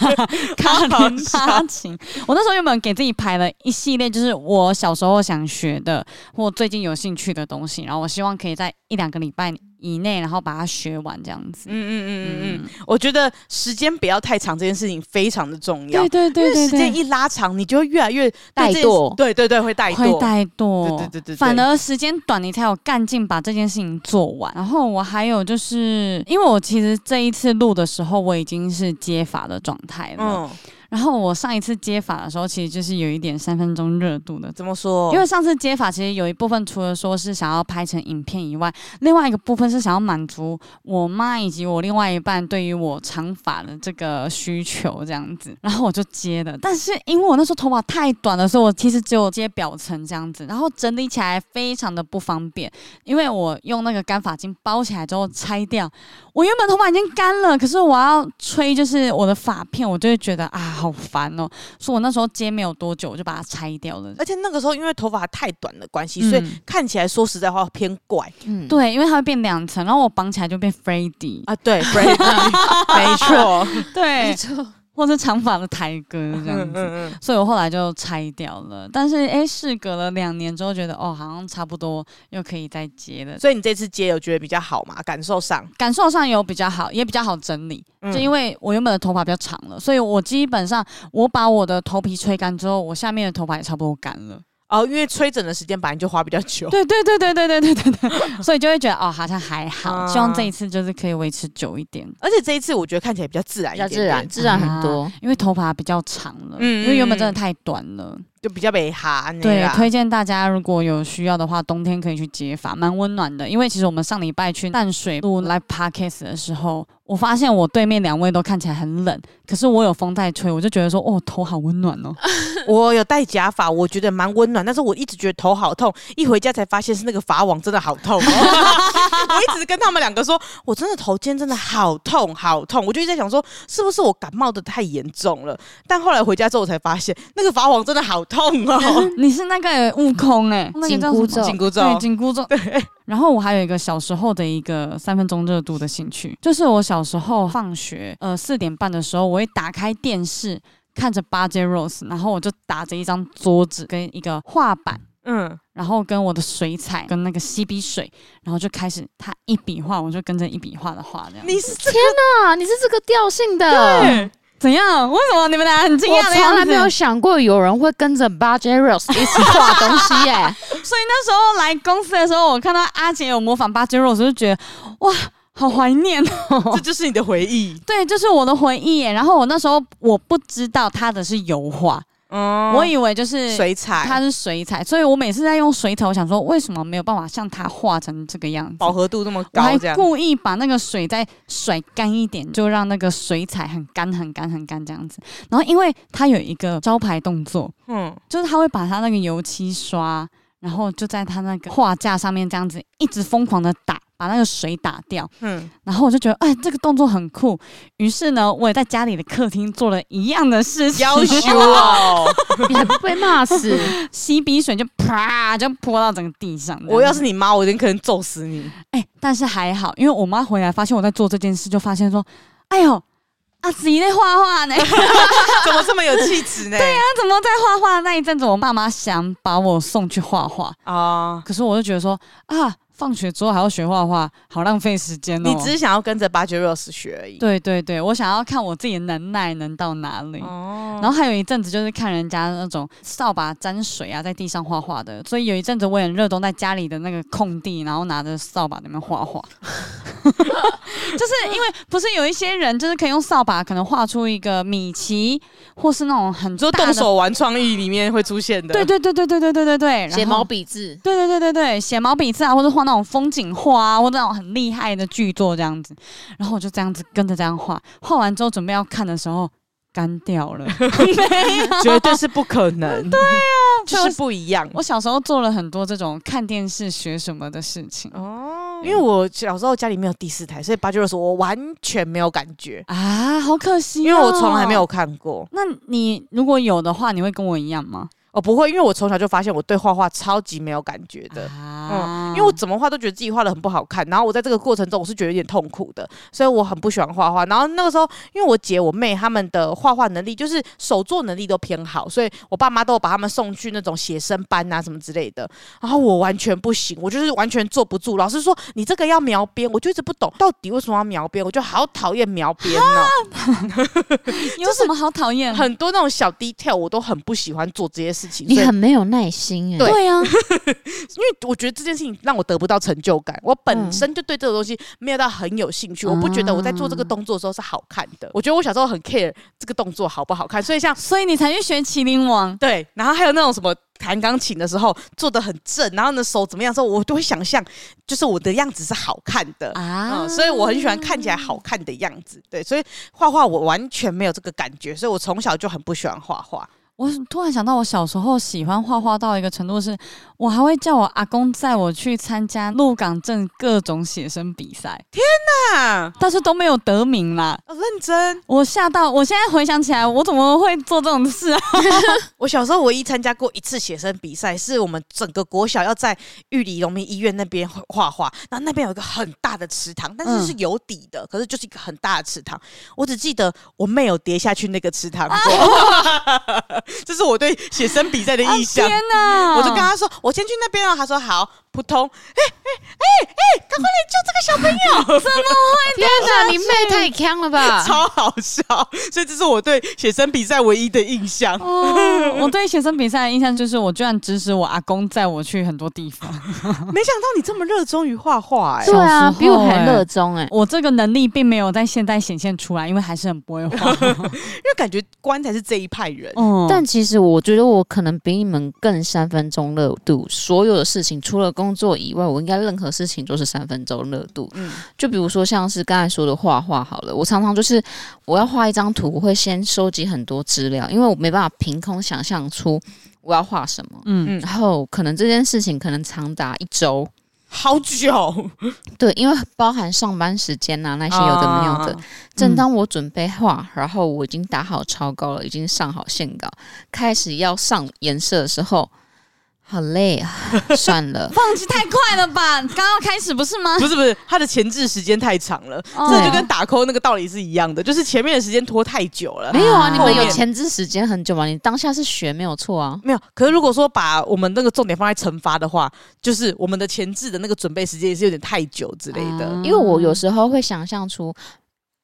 S1: 卡林巴琴，我那时候原本给自己排了一系列，就是我小时候想学的或最近有兴趣的东西，然后我希望可以在一两个礼拜以内，然后把它学完这样子。
S2: 嗯嗯嗯嗯嗯，我觉得时间不要太长，这件事情非常的重要。
S1: 对对
S2: 因
S1: 对
S2: 为
S1: 对
S2: 时间
S1: 对，
S2: 一拉长，你就会越来越对
S3: 怠
S2: 这件事
S3: 惰
S2: 对对对，会怠
S1: 会
S2: 惰。
S1: 怠惰，
S2: 对对对对对
S1: 反而时间短，你才有干劲把这件事情做完。然后我还有就是，因为我其实这一次录的时候，我已经是接法的状态了。
S2: 嗯，
S1: 然后我上一次接法的时候，其实就是有一点三分钟热度的。
S2: 怎么说？
S1: 因为上次接法其实有一部分除了说是想要拍成影片以外，另外一个部分是想要满足我妈以及我另外一半对于我长发的这个需求这样子， 然后我就接了。但是因为我那时候头发太短了，所以我其实只有接表层这样子，然后整理起来非常的不方便，因为我用那个干发巾包起来之后拆掉，我原本头发已经干了，可是我要吹就是我的发片，我就会觉得啊好烦哦，所以我那时候接没有多久我就把它拆掉了。
S2: 而且那个时候因为头发太短的关系，所以
S1: 嗯
S2: 看起来说实在话偏怪
S3: 嗯，
S1: 对，因为它会变两层，然后我绑起来就变 Freddy，、
S2: 啊。 对，没错，
S1: 对
S3: 没，错，
S1: 或是长发的台哥这样子。
S2: 嗯
S1: 所以我后来就拆掉了，但是诶，事隔了两年之后，觉得哦，好像差不多又可以再接了，
S2: 所以你这次接有觉得比较好嘛？感受上，
S1: 感受上有比较好，也比较好整理。就因
S2: 为
S1: 为我原本的头发比较长了，所以我基本上我把我的头皮吹干之后，我下面的头发也差不多干了。
S2: 哦，因为吹整的时间本来就花比较久。
S1: 对对对对对对对对对，所以就会觉得哦，好像还好，
S2: 啊
S1: 希望这一次就是可以维持久一点。
S2: 而且这一次我觉得看起来比较自然
S3: 比
S2: 一
S3: 较
S2: 点点，
S3: 自然，自然很多
S1: 啊。因为头发比较长了，
S2: 嗯
S1: 因为原本真的太短了。
S2: 就比较美哈那
S1: 对
S2: 啦，
S1: 推荐大家如果有需要的话，冬天可以去接发，蛮温暖的。因为其实我们上礼拜去淡水录 live podcast 的时候，我发现我对面两位都看起来很冷，可是我有风在吹，我就觉得说，哦，头好温暖 哦。
S2: 我有戴假发，我觉得蛮温暖，但是我一直觉得头好痛，一回家才发现是那个发网真的好 痛、哦我一直跟他们两个说，我真的头今天真的好痛好痛，我就一直在想说是不是我感冒的太严重了，但后来回家之后我才发现那个发网真的好痛 哦。
S1: 你是那个悟空哎、那个叫什么
S3: 紧箍咒
S2: 紧箍咒
S1: 对，紧箍咒。然后我还有一个小时候的一个三分钟热度的兴趣，就是我小时候放学，呃，四点半的时候，我会打开电视，看着八戒 Rose，然后我就打着一张桌子跟一个画板，
S2: 嗯，
S1: 然后跟我的水彩跟那个 CB 水，然后就开始他一笔画，我就跟着一笔画的画这样。
S2: 你是这
S3: 啊，你是这个调性的，
S2: 对
S1: 怎样？为什么你们俩很惊
S3: 我
S1: 讶的样子？
S3: 从来没有想过有人会跟着 b a j e r o s 一起画东西耶。
S1: 所以那时候来公司的时候，我看到阿杰有模仿八戒肉，我就觉得哇，好怀 念
S2: 这
S1: 哦。
S2: 就是你的回忆。
S1: 对，就是我的回忆耶。然后我那时候我不知道他的是油画，
S2: 嗯，
S1: 我以为就是
S2: 水彩
S1: 它是水彩，所以我每次在用水彩，我想说为什么没有办法像他画成这个样子？
S2: 饱和度那么
S1: 我
S2: 高，
S1: 还
S2: 这样
S1: 故意把那个水再甩干一点，就让那个水彩很干、很干、很干这样子。然后因为它有一个招牌动作，
S2: 嗯，
S1: 就是他会把他那个油漆刷，然后就在他那个画架上面这样子一直疯狂的打，把那个水打掉。
S2: 嗯，
S1: 然后我就觉得，哎，这个动作很酷。于是呢，我也在家里的客厅做了一样的事情，
S2: 嗯 要求哦。
S3: 你还不被骂死？
S1: 吸鼻水就啪就泼到整个地上。
S2: 我要
S1: 这样子
S2: 是你妈，我一定可能揍死 你。
S1: 哎、但是还好，因为我妈回来发现我在做这件事，就发现说，哎呦。阿子怡在画画呢， 她
S2: 怎么这么有气质 呢？对啊呀、
S1: 怎么在画画？那一阵子，我爸妈想把我送去画画，
S2: 啊，
S1: 可是我就觉得说啊，放学之后还要学画画，好浪费时间哦。
S2: 你只是想要跟着八九 Rose 学而已。
S1: 对对对，我想要看我自己的能耐能到哪里。
S2: 哦
S1: 然后还有一阵子就是看人家那种扫把沾水啊，在地上画画的，所以有一阵子我也很热衷在家里的那个空地，然后拿着扫把在那边画 画。就是因为不是有一些人就是可以用扫把可能画出一个米奇，或是那种很
S2: 你说
S1: 大的
S2: 动，手玩创意里面会出现的，
S1: 对对对对对对对对对，
S3: 写
S1: 然后
S3: 毛笔字，
S1: 对对对对对，写毛笔字啊，或者画那种风景画啊，或者那种很厉害的剧作这样子。然后我就这样子跟着这样画，画完之后准备要看的时候干掉了， 没有，
S2: 绝对是不可能。 对啊呀、就是不一样。
S1: 我小时候做了很多这种看电视学什么的事情
S2: 哦，因为我小时候家里没有第四台，所以八九 Rose 我完全没有感觉，
S1: 啊，好可惜、
S2: 因为我从来没有。看过。
S1: 那你如果有的话，你会跟我一样吗？
S2: 哦，不会，因为我从小就发现我对画画超级没有感觉的。
S1: 啊
S2: 因为
S3: 嗯
S2: 我怎么画都觉得自己画的很不好看，然后我在这个过程中我是觉得有点痛苦的，所以我很不喜欢画画。然后那个时候，因为我姐我妹她们的画画能力就是手作能力都偏好，所以我爸妈都有把他们送去那种写生班啊什么之类的。然后我完全不行，我就是完全坐不住。老师说你这个要描边，我就一直不懂到底为什么要描边，我就好讨厌描边哦、
S1: 有什么好讨厌？
S2: 很多那种小 detail 我都很不喜欢做这些事情，
S3: 你
S2: 所以
S3: 很没有耐心哎、
S2: 对
S1: 对啊，
S2: 我觉得这件事情让我得不到成就感。我本
S3: 嗯
S2: 身就对这个东西没有到很有兴趣，我不觉得我在做这个动作的时候是好看的。我觉得我小时候很 care 这个动作好不好看，所以像
S1: 所以你才去学麒麟王。
S2: 对，然后还有那种什么弹钢琴的时候做的很正，然后呢手怎么样的时候，我都会想象就是我的样子是好看的。
S1: 啊、
S2: 嗯，所以我很喜欢看起来好看的样子，对，所以画画我完全没有这个感觉，所以我从小就很不喜欢画画。
S1: 我突然想到，我小时候喜欢画画到一个程度是，我还会叫我阿公载我去参加鹿港镇各种写生比赛，
S2: 啊，哦
S1: 但是都没有得名啦。
S2: 认真，
S1: 我吓到，我现在回想起来，我怎么会做这种事啊？
S2: 我小时候唯一参加过一次写生比赛，是我们整个国小要在玉里农民医院那边画画，然后那边有一个很大的池塘，但是是有底的，可是就是一个很大的池塘。我只记得我妹有跌下去那个池塘 啊过，这是我对写生比赛的印象。
S1: 啊天哪！
S2: 我就跟她说，我先去那边了。啊她说好，扑通，
S3: 天哪，你妹太强了 吧！
S2: 超好笑。所以这是我对写生比赛唯一的印 象。
S1: 哦，我对写生比赛的印象就是，我居然指使我阿公载我去很多地方。
S2: 没想到你这么热衷于画画、 哎
S3: 对啊
S1: 小时，候
S3: 比我还热衷哎、
S1: 我这个能力并没有在现在显现出来，因为还是很不会 画。
S2: 因为感觉关才是这一派人。
S1: 哦，
S3: 但其实我觉得我可能比你们更三分钟热度，所有的事情除了工作以外，我应该任何事情都是三分钟热度。
S2: 嗯
S3: 就比如说像是刚才说的画画好了，我常常就是我要画一张图，我会先收集很多资料，因为我没办法凭空想象出我要画什么。
S1: 嗯
S2: 嗯
S3: 然后可能这件事情可能长达一周，
S2: 好久，
S3: 对，因为包含上班时间呐、那些有的没有的。
S2: 啊
S3: 正当我准备画，然后我已经打好草稿了，已经上好线稿，开始要上颜色的时候，好累啊， 算了。
S1: 放弃太快了吧？刚刚开始不是 吗？
S2: 不是不是，它的前置时间太长了，
S1: 哦
S2: 这就跟打扣那个道理是一样的，就是前面的时间拖太久了。
S3: 没有啊，你
S2: 后
S3: 们
S2: 面
S3: 有前置时间很久嘛？你当下是学没有错啊。
S2: 没有，可是如果说把我们那个重点放在惩罚的话，就是我们的前置的那个准备时间也是有点太久之类的。
S1: 啊
S3: 因为我有时候会想象出，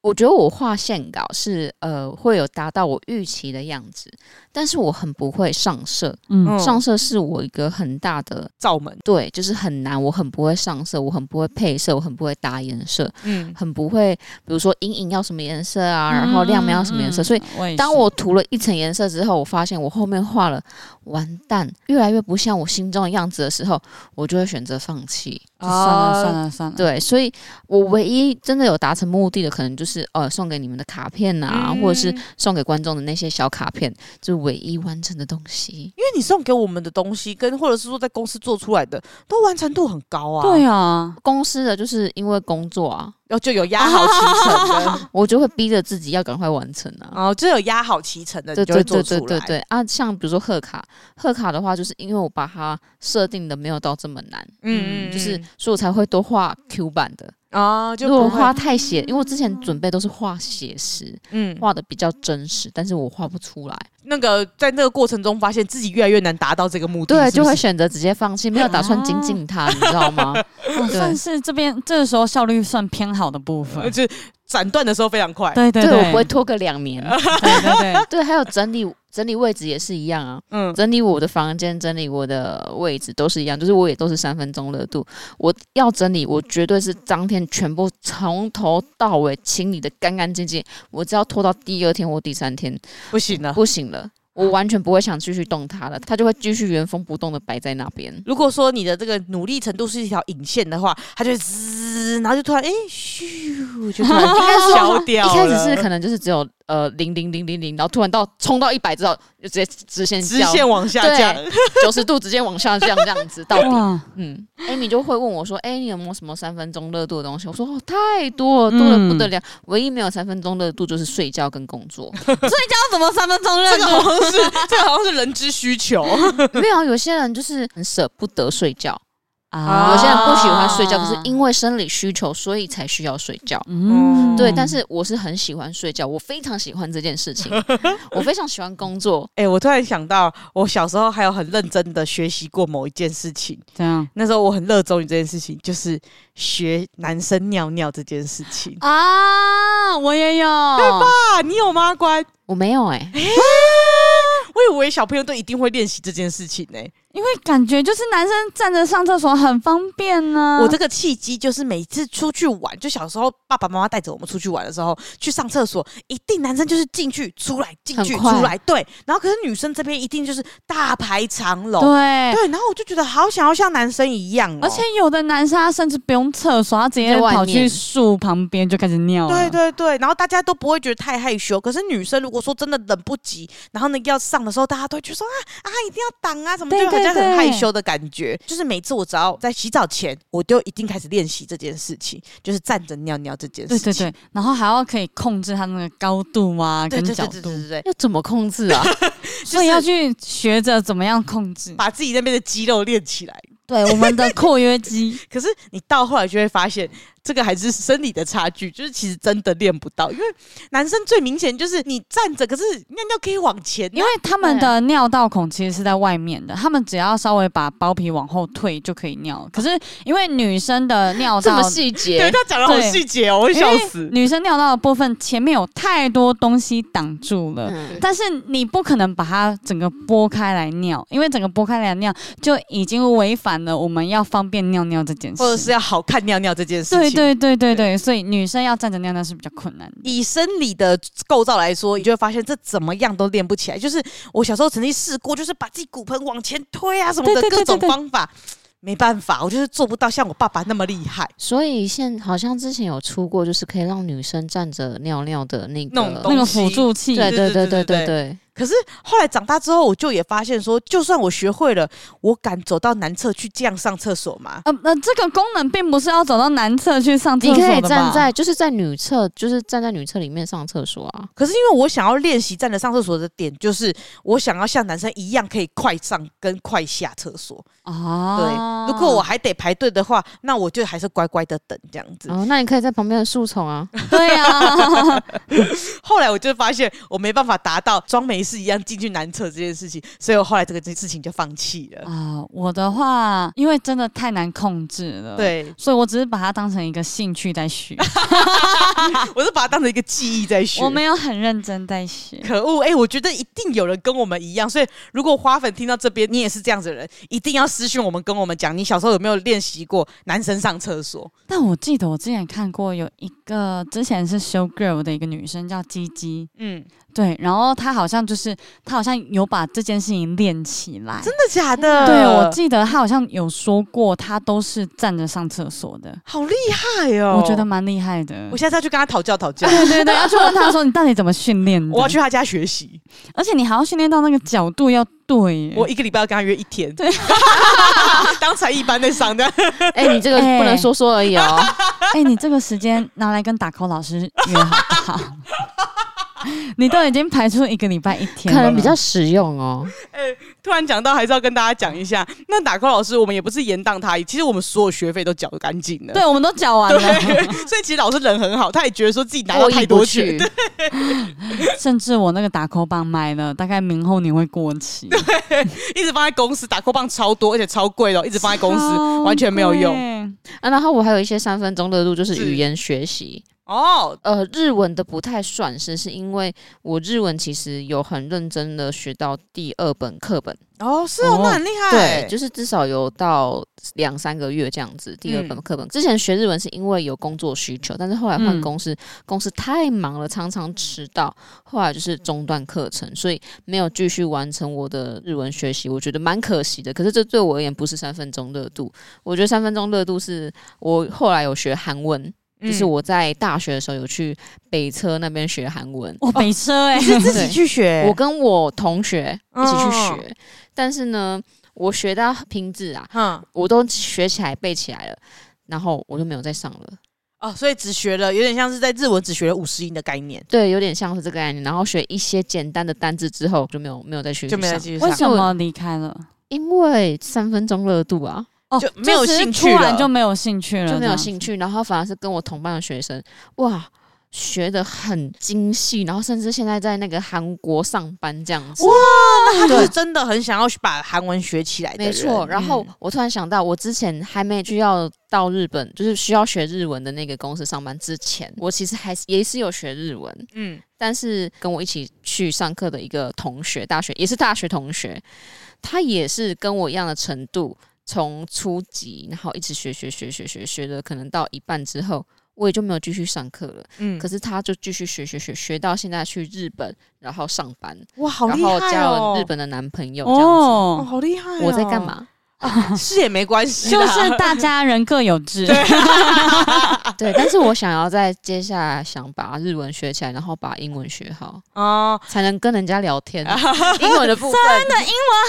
S3: 我觉得我画线稿是呃会有达到我预期的样子，但是我很不会上色，
S1: 嗯
S2: 嗯
S3: 上色是我一个很大的
S2: 照门，
S3: 对，就是很难，我很不会上色，我很不会配色，我很不会打颜色，
S2: 嗯，
S3: 很不会，比如说阴影要什么颜色啊，然后亮面要什么颜
S1: 嗯
S3: 色。所以
S1: 以
S3: 当我涂了一层颜色之后，我发现我后面画了，完蛋，越来越不像我心中的样子的时候，我就会选择放弃。
S1: 算了算了算了，
S3: 呃对，所以我唯一真的有达成目的的，可能就是呃送给你们的卡片啊，
S2: 嗯
S3: 或者是送给观众的那些小卡片，就唯一完成的东西。
S2: 因为你送给我们的东西，跟或者是说在公司做出来的，都完成度很高啊，
S1: 对，啊，
S3: 公司的就是因为工作啊，
S2: 然后就有压好骑乘 的，
S3: 我就会逼着自己要赶快完成啊。
S2: 然后就有压好骑乘的，
S3: 对
S2: 哦你就
S3: 对
S2: 会做
S3: 对
S2: 出
S3: 对
S2: 来。
S3: 对对啊！像比如说贺卡，贺卡的话，就是因为我把它设定的没有到这么难，
S2: 嗯，嗯，嗯
S3: 就是所以我才会多画 Q 版的。
S2: 啊，就
S3: 如果
S2: 不会
S3: 画，太写，因为我之前准备都是画写实，
S2: 嗯，
S3: 画的比较真实，但是我画不出来，
S2: 那个在那个过程中发现自己越来越难达到这个目的，
S3: 对，
S2: 是不
S3: 就是会选择直接放弃，没有打算精进它，你知道 吗？
S1: 哦算是这边这个时候效率算偏好的部分
S2: 而。且斩断的时候非常快。
S1: 对对
S3: 呃对
S1: 对，
S3: 我不会拖个两 年。
S1: 对 对对，
S3: 对，还有整理整理位置也是一样啊，
S2: 嗯，
S3: 整理我的房间，整理我的位置都是一样，就是我也都是三分钟热度。我要整理，我绝对是当天全部从头到尾清理的干干净净。我只要拖到第二天或第三天，
S2: 不行了。
S3: 不行了，我完全不会想继续动它了，它就会继续原封不动的摆在那边。
S2: 如果说你的这个努力程度是一条引线的话，它就会滋，然后就突然哎咻，就突然消掉
S3: 一
S2: 了。
S3: 开始是可能就是只有呃零零零零零，然后突然到冲到一百之后，就直接直线
S2: 直
S3: 掉
S2: 线往下降，
S3: 九十度直接往下降这样子到 底。
S1: 哇，
S3: 嗯，Amy 就会问我说：“哎、你有没有什么三分钟热度的东西？”我说：“哦，太多了，多的不得了。唯一没有三分钟热度就是睡觉跟工 作。
S1: 要怎么三分钟热
S2: 这个
S1: 度？
S2: 好像 是这个好像是人之需求。
S3: 啊没有，有些人就是很舍不得睡觉，
S1: 啊
S3: 有些人不喜欢睡觉，可是因为生理需求，所以才需要睡觉。
S1: 嗯
S3: 对，但是我是很喜欢睡觉，我非常喜欢这件事 情，我非常喜欢工作。
S2: 哎、我突然想到，我小时候还有很认真的学习过某一件事情。
S1: 这样
S2: 那时候我很热衷于这件事情，就是学男生尿尿这件事情
S1: 啊，我也有，
S2: 啊。你有吗，关？
S3: 我没有哎、
S2: 我以为小朋友都一定会练习这件事情呢、
S1: 因为感觉就是男生站着上厕所很方便呢、
S2: 我这个契机就是每次出去玩，就小时候爸爸妈妈带着我们出去玩的时候，去上厕所，一定男生就是进去出来，进去
S3: 很快
S2: 出来，对。然后可是女生这边一定就是大排长龙，
S1: 对。
S2: 对。然后我就觉得好想要像男生一样、哦，
S1: 而且有的男生他甚至不用厕所，他直接
S3: 在外
S1: 跑
S3: 面
S1: 去树旁边就开始尿了。
S2: 对对对，然后大家都不会觉得太害羞。可是女生如果说真的等不及，然后呢要上的时候，大家都会去说啊啊，一定要挡啊，什么
S1: 对
S2: 就好像
S1: 对
S2: 很害
S1: 对
S2: 羞的感觉。就是每次我只要在洗澡前，我就一定开始练习这件事情，就是站着尿尿这件事
S1: 对
S2: 情。
S1: 对对，然后还要可以控制他那个高度啊，
S2: 对
S1: 跟
S2: 对
S1: 角
S2: 对对
S1: 度，
S2: 对对对，
S3: 要怎么控制啊？
S1: 所以要去学着怎么样控制。
S2: 把自己那边的肌肉练起来。
S1: 对，我们的括约肌，
S2: 可是你到后来就会发现，这个还是生理的差距，就是其实真的练不到，因为男生最明显就是你站着，可是尿尿可以往前啊，
S1: 因为他们的尿道孔其实是在外面的，他们只要稍微把包皮往后退就可以尿了。可是因为女生的尿
S3: 这
S1: 道
S3: 么细
S2: 对
S3: 节，
S2: 他讲的好
S1: 对
S2: 细节哦，我会
S1: 因
S2: 笑
S1: 为
S2: 死。
S1: 女生尿道的部分前面有太多东西挡住了。
S3: 嗯，
S1: 但是你不可能把它整个拨开来尿，因为整个拨开来尿就已经违反了我们要方便尿尿这件事。
S2: 或者是要好看尿尿这件事
S1: 对
S2: 情。
S1: 对对对对，所以女生要站着尿尿是比较困难的。
S2: 以生理的构造来说，你就会发现这怎么样都练不起来。就是我小时候曾经试过，就是把自己骨盆往前推啊什么的
S1: 对对对
S2: 各种
S1: 对对
S2: 方法，没办法，我就是做不到像我爸爸那么厉害。
S3: 所以现好像之前有出过，就是可以让女生站着尿尿的那个
S2: 那种东
S1: 那
S2: 西
S1: 个辅助器，
S3: 对
S2: 对对对
S3: 对对对
S2: 对
S3: 对对，
S2: 可是后来长大之后，我就也发现说，就算我学会了，我敢走到男厕去这样上厕所吗？
S1: 呃呃，这个功能并不是要走到男厕去上厕
S3: 你
S1: 所
S3: 可
S1: 的
S3: 以
S1: 吧
S3: 站在就是在女厕，就是站在女厕里面上厕所啊。
S2: 可是因为我想要练习站着上厕所的点，就是我想要像男生一样可以快上跟快下厕所。
S1: 啊，
S2: 对，如果我还得排队的话，那我就还是乖乖的等这样子。
S3: 哦，那你可以在旁边的树丛 啊。
S1: 对 啊，
S2: 后来我就发现我没办法达到装没事一样进去男厕这件事情，所以我后来这个事情就放弃了。
S1: 啊，我的话，因为真的太难控制了，，
S2: 对，
S1: 所以我只是把它当成一个兴趣在学，
S2: 啊我是把它当成一个记忆在学。
S1: 我没有很认真在学。
S2: 可恶，哎、我觉得一定有人跟我们一样，所以如果花粉听到这边，你也是这样子的人，一定要私讯我们，跟我们讲你小时候有没有练习过男生上厕所？
S1: 但我记得我之前看过有一个之前是 show girl 的一个女生叫鸡鸡，
S2: 嗯，
S1: 对，然后她好像就是她好像有把这件事情练起来，
S2: 真的假的？
S1: 对我记得她好像有说过，她都是站着上厕所的，
S2: 好厉害哦，
S1: 我觉得。蛮厉害的
S2: 我。下次要去跟他讨教讨 教，
S1: 对对对，要去问她说你到底怎么训练的？
S2: 我要去他家学习。
S1: 而且你还要训练到那个角度要对
S3: 嗯
S1: 耶，
S2: 我一个礼拜要跟他约一天，对， 当才艺班在上的。
S3: 哎、你这个不能说说而已 哦。
S1: 哎、你这个时间拿来跟打 call 老师约好不好？ 你都已经排出一个礼拜一天
S3: 可
S1: 了，
S3: 能比较实用哦。
S2: 突然讲到，还是要跟大家讲一下，那打扣老师，我们也不是延宕他，其实我们所有学费都缴得干净了。
S1: 对，我们都讲完了，
S2: 对，所以其实老师人很好，他也觉得说自己拿到太多钱，
S3: 过意不去
S1: 甚至我那个打 call 棒买了，大概明后年会过期，
S2: 一直放在公司打扣棒超多，而且超贵的哦，一直放在公司完全没有用。
S1: 用。
S3: 啊，然后我还有一些三分钟热度，就是
S2: 是
S3: 语言学习。
S2: 哦，
S3: 呃，日文的不太算是，是因为我日文其实有很认真的学到第二本课本，
S2: 哦，是哦
S1: 哦，
S2: 那很厉害。
S3: 对，就是至少有到两三个月这样子。第
S2: 嗯
S3: 二本课本、之前学日文是因为有工作需求，但是后来换
S1: 嗯
S3: 公司，公司太忙了，常常迟到，后来就是中断课程，所以没有继续完成我的日文学习，我觉得蛮可惜的。可是这对我而言不是三分钟热度，我觉得三分钟热度是我后来有学韩文。就是
S2: 嗯
S3: 我在大学的时候有去北车那边学韩文，
S2: 哦
S1: 我北车哎、
S2: 你是自己去学，
S3: 我跟 我同学一起去学，
S2: 哦
S3: 但是呢，我学到拼字啊，
S2: 嗯
S3: 我都学起来背起来了，然后我就没有再上了。
S2: 哦，所以只学了有点像是在日文只学了五十音的概念，
S3: 对，有点像是这个概念。然后学一些简单的单字之后，就没有没有再去
S2: 就没再
S3: 上，
S2: 继续上
S1: 为。什么离开了？
S3: 因为三分钟热度啊。
S1: 哦
S2: 就没有
S1: 只是
S2: 兴趣
S1: 突然
S2: 了
S1: 就没有兴趣了，
S3: 就没
S1: 这
S3: 有
S1: 样
S3: 兴趣，然后反而是跟我同班的学生，哇，学的很精细，然后甚至现在在那个韩国上班这样子。
S2: 他就是
S3: 对
S2: 真的很想要把韩文学起来的人，
S3: 没错，然后我突然想到，我之前还没需要到日本，就是需要学日文的那个公司上班之前，我其实还是也是有学日文，
S2: 嗯，
S3: 但是跟我一起去上课的一个同学，大学也是大学同学，他也是跟我一样的程度，从初级然后一直学学学学学学的，可能到一半之后，我也就没有继续上课了。
S2: 嗯
S3: 可是他就继续学学学学到现在去日本，然后上班，
S2: 哇，好
S3: 然
S2: 厉
S3: 后
S2: 害
S3: 交
S2: 哦！
S3: 了日本的男朋友这样子。
S2: 哦，
S1: 哦，
S2: 好厉害、哦！
S3: 我在干？嘛？
S2: 是也没关系
S1: 就
S2: 啦，
S1: 是大家人各有志，啊
S2: 哦
S3: 对，但是我想要在接下来想把日文学起来，然后把英文学好，
S2: 哦，
S3: 才能跟人家聊 天。英文的部分，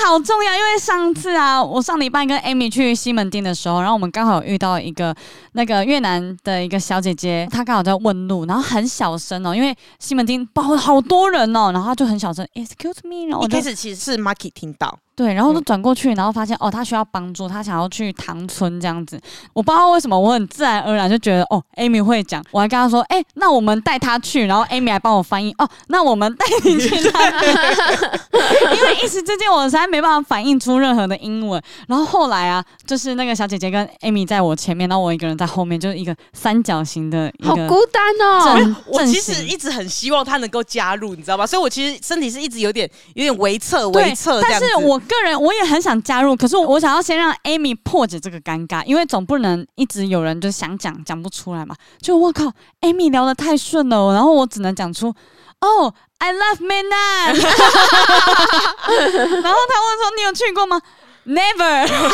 S1: 好重要，因为上次啊，我上礼拜跟 Amy 去西门町的时候，然后我们刚好有遇到一个那个越南的一个小姐姐，她刚好在问路，然后很小声哦，因为西门町包好多人哦，然后她就很小声，Excuse me，然后我
S2: 一
S1: 就
S2: 开始其实是 Marky 听到，
S1: 对，然后我就
S3: 嗯
S1: 转过去，然后发现哦，她需要帮助，她想要去唐村这样子，我不知道为什么，我很自然而然就觉得哦，Amy 会讲，我还跟她说，哎、那我们带她去，然后 Amy 还帮我翻译，哦，那我们带你去那边， 因为一时之间我实在没办法反映出任何的英文。然后后来啊，就是那个小姐姐跟 Amy 在我前面，然后我一个人在后面，就是一个三角形的一
S3: 好
S1: 个
S3: 孤单哦。
S1: 正
S2: 我
S1: 正
S2: 其实
S1: 形
S2: 一直很希望他能够加入，你知道吗？所以我其实身体是一直有点有点微侧
S1: 对
S2: 微侧这
S1: 但
S2: 样子。
S1: 是我个人我也很想加入，可是我想要先让 Amy 破解这个尴尬，因为总不能一直有人就想讲讲不出来嘛。就我靠，Amy 聊得太顺了，然后我只能讲出哦。I love Mainland，然后他问说：“你有去过吗？”Never。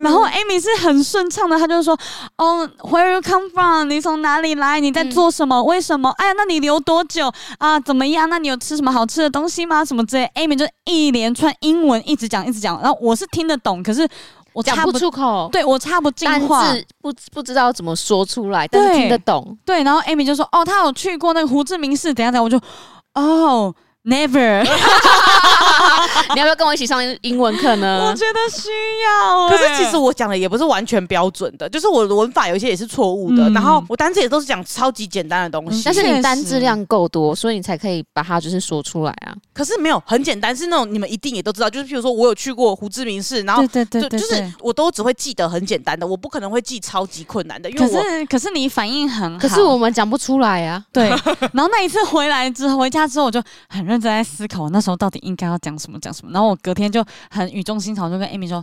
S1: 然后 Amy 是很顺畅的，他就说：“哦、w h e r e you come from？你从哪里来？你在
S3: 嗯
S1: 做什么？为什么？哎呀，那你留多久？啊，怎么样？那你有吃什么好吃的东西吗？什么之类？Amy 就一连串英文一直讲，一直讲，然后我是听得懂，可是我
S3: 讲
S1: 插
S3: 不，出口，
S1: 对我插不进
S3: 单
S1: 话。
S3: 字不不知道怎么说出来，但是
S1: 对
S3: 听得懂。
S1: 对，然后 Amy 就说：“哦，他有去过那个胡志明市，等一下等一下，我就哦。” Never，
S3: 你要不要跟我一起上英文课
S1: 我
S3: 呢？
S1: 觉得需要、
S2: 可
S1: 哎
S2: 是其实我讲的也不是完全标准的，就是我的文法有一些也是错误的，
S1: 嗯
S2: 然后我单词也都是讲超级简单的东西，
S1: 嗯
S3: 但是
S1: 确
S3: 你
S1: 实
S3: 单字量够多，所以你才可以把它就是说出来啊。
S2: 可是没有很简单，是那种你们一定也都知道，就是譬如说我有去过胡志明市，然后
S1: 对对对对对，
S2: 就就是我都只会记得很简单的，我不可能会记超级困难的，因为
S1: 可
S2: 我
S1: 是可是你反应很好，
S3: 可是我们讲不出来啊。
S1: 对，然后那一次回来之后，回家之后我就很认真在思考，我那时候到底应该要讲什么讲什么。然后我隔天就很语重心长，就跟 Amy 说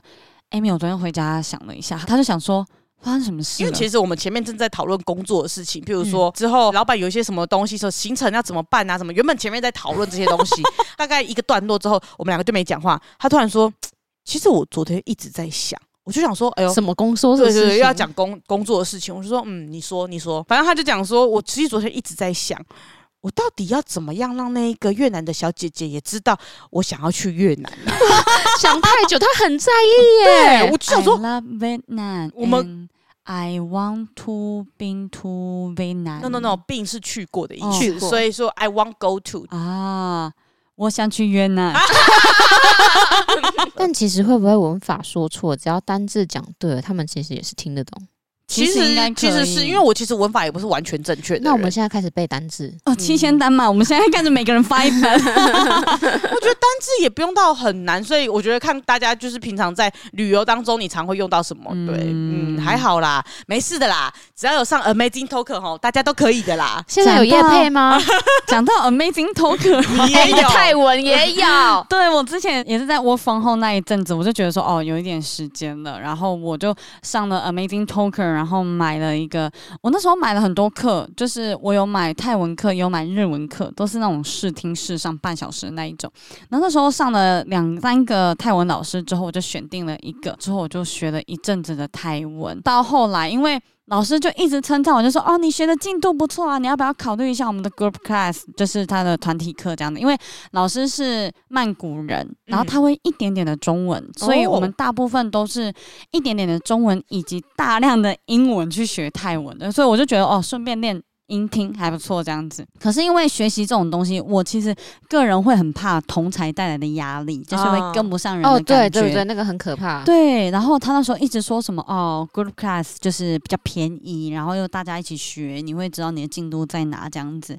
S1: ：“Amy，我昨天回家想了一下，他就想说发生什么事
S2: 因
S1: 了
S2: 为其实我们前面正在讨论工作的事情，
S1: 嗯
S2: 譬如说、之后老板有一些什么东西说行程要怎么办啊，什么原本前面在讨论这些东西， 大概一个段落之后，我们两个就没讲话。他突然说：“其实我昨天一直在想，我就想说，哎呦。”
S3: 什么工说
S2: 对对
S3: 是事
S2: 对，
S3: 情
S2: 又要讲工工作的事情，我就说，嗯，你说你说，反正他就讲说，我其实昨天一直在想，我到底要怎么样让那一个越南的小姐姐也知道我想要去越南。
S3: 想太久，他很在意耶。
S2: 我就想说，
S1: I love Vietnam，
S2: 我
S1: and
S2: 们
S1: I want to be to Vietnam。
S2: no no no，病是去过的意
S1: 哦
S3: 去
S2: 思，
S3: 过
S2: 所以说 I want go to
S1: 啊，我想去越南。
S2: 啊
S3: 但其实会不会文法说错，只要单字讲对了，他们其实也是听得懂。
S2: 其
S1: 其实应
S2: 实
S1: 该可
S2: 其实
S1: 以
S2: 是因为我其实文法也不是完全正确的人。
S3: 那我们现在开始背单字，。
S1: 哦，七千单嘛，我们现在看着每个人 发一本。
S2: 但是也不用到很难，所以我觉得看大家就是平常在旅游当中，你常会用到什么？对，嗯，
S1: 嗯
S2: 还好啦，没事的啦，只要有上 Amazing Talk 吼，大家都可以的啦
S3: 现在有
S1: 讲
S3: 夜
S1: 到
S3: 配 吗？
S1: 讲到 Amazing Talker，
S2: 你也有，
S3: 泰文也有。
S1: 对我之前也是在 work from home 那一阵子，我就觉得说哦，有一点时间了，然后我就上了 Amazing Talker，然后买了一个，我那时候买了很多课，就是我有买泰文课，有买日文课，都是那种试听试上半小时的那一种。然后那时候上了两三个泰文老师之后，我就选定了一个，之后我就学了一阵子的泰文。到后来，因为老师就一直称赞我，就说：“哦，你学的进度不错啊，你要不要考虑一下我们的 group class，就是他的团体课这样的？”因为老师是曼谷人，然后他会一点点的中文，所以我们大部分都是一点点的中文以及大量的英文去学泰文的，所以我就觉得哦，顺便练。音听还不错这样子。可是因为学习这种东西，我其实个人会很怕同才带来的压力，就是会跟不上人
S3: 哦，
S1: 的
S3: 对
S1: 嗯感觉。
S3: 对对，那个很可怕。
S1: 对，然后他那时候一直说什么哦，group class 就是比较便宜，然后又大家一起学，你会知道你的进度在哪这样子。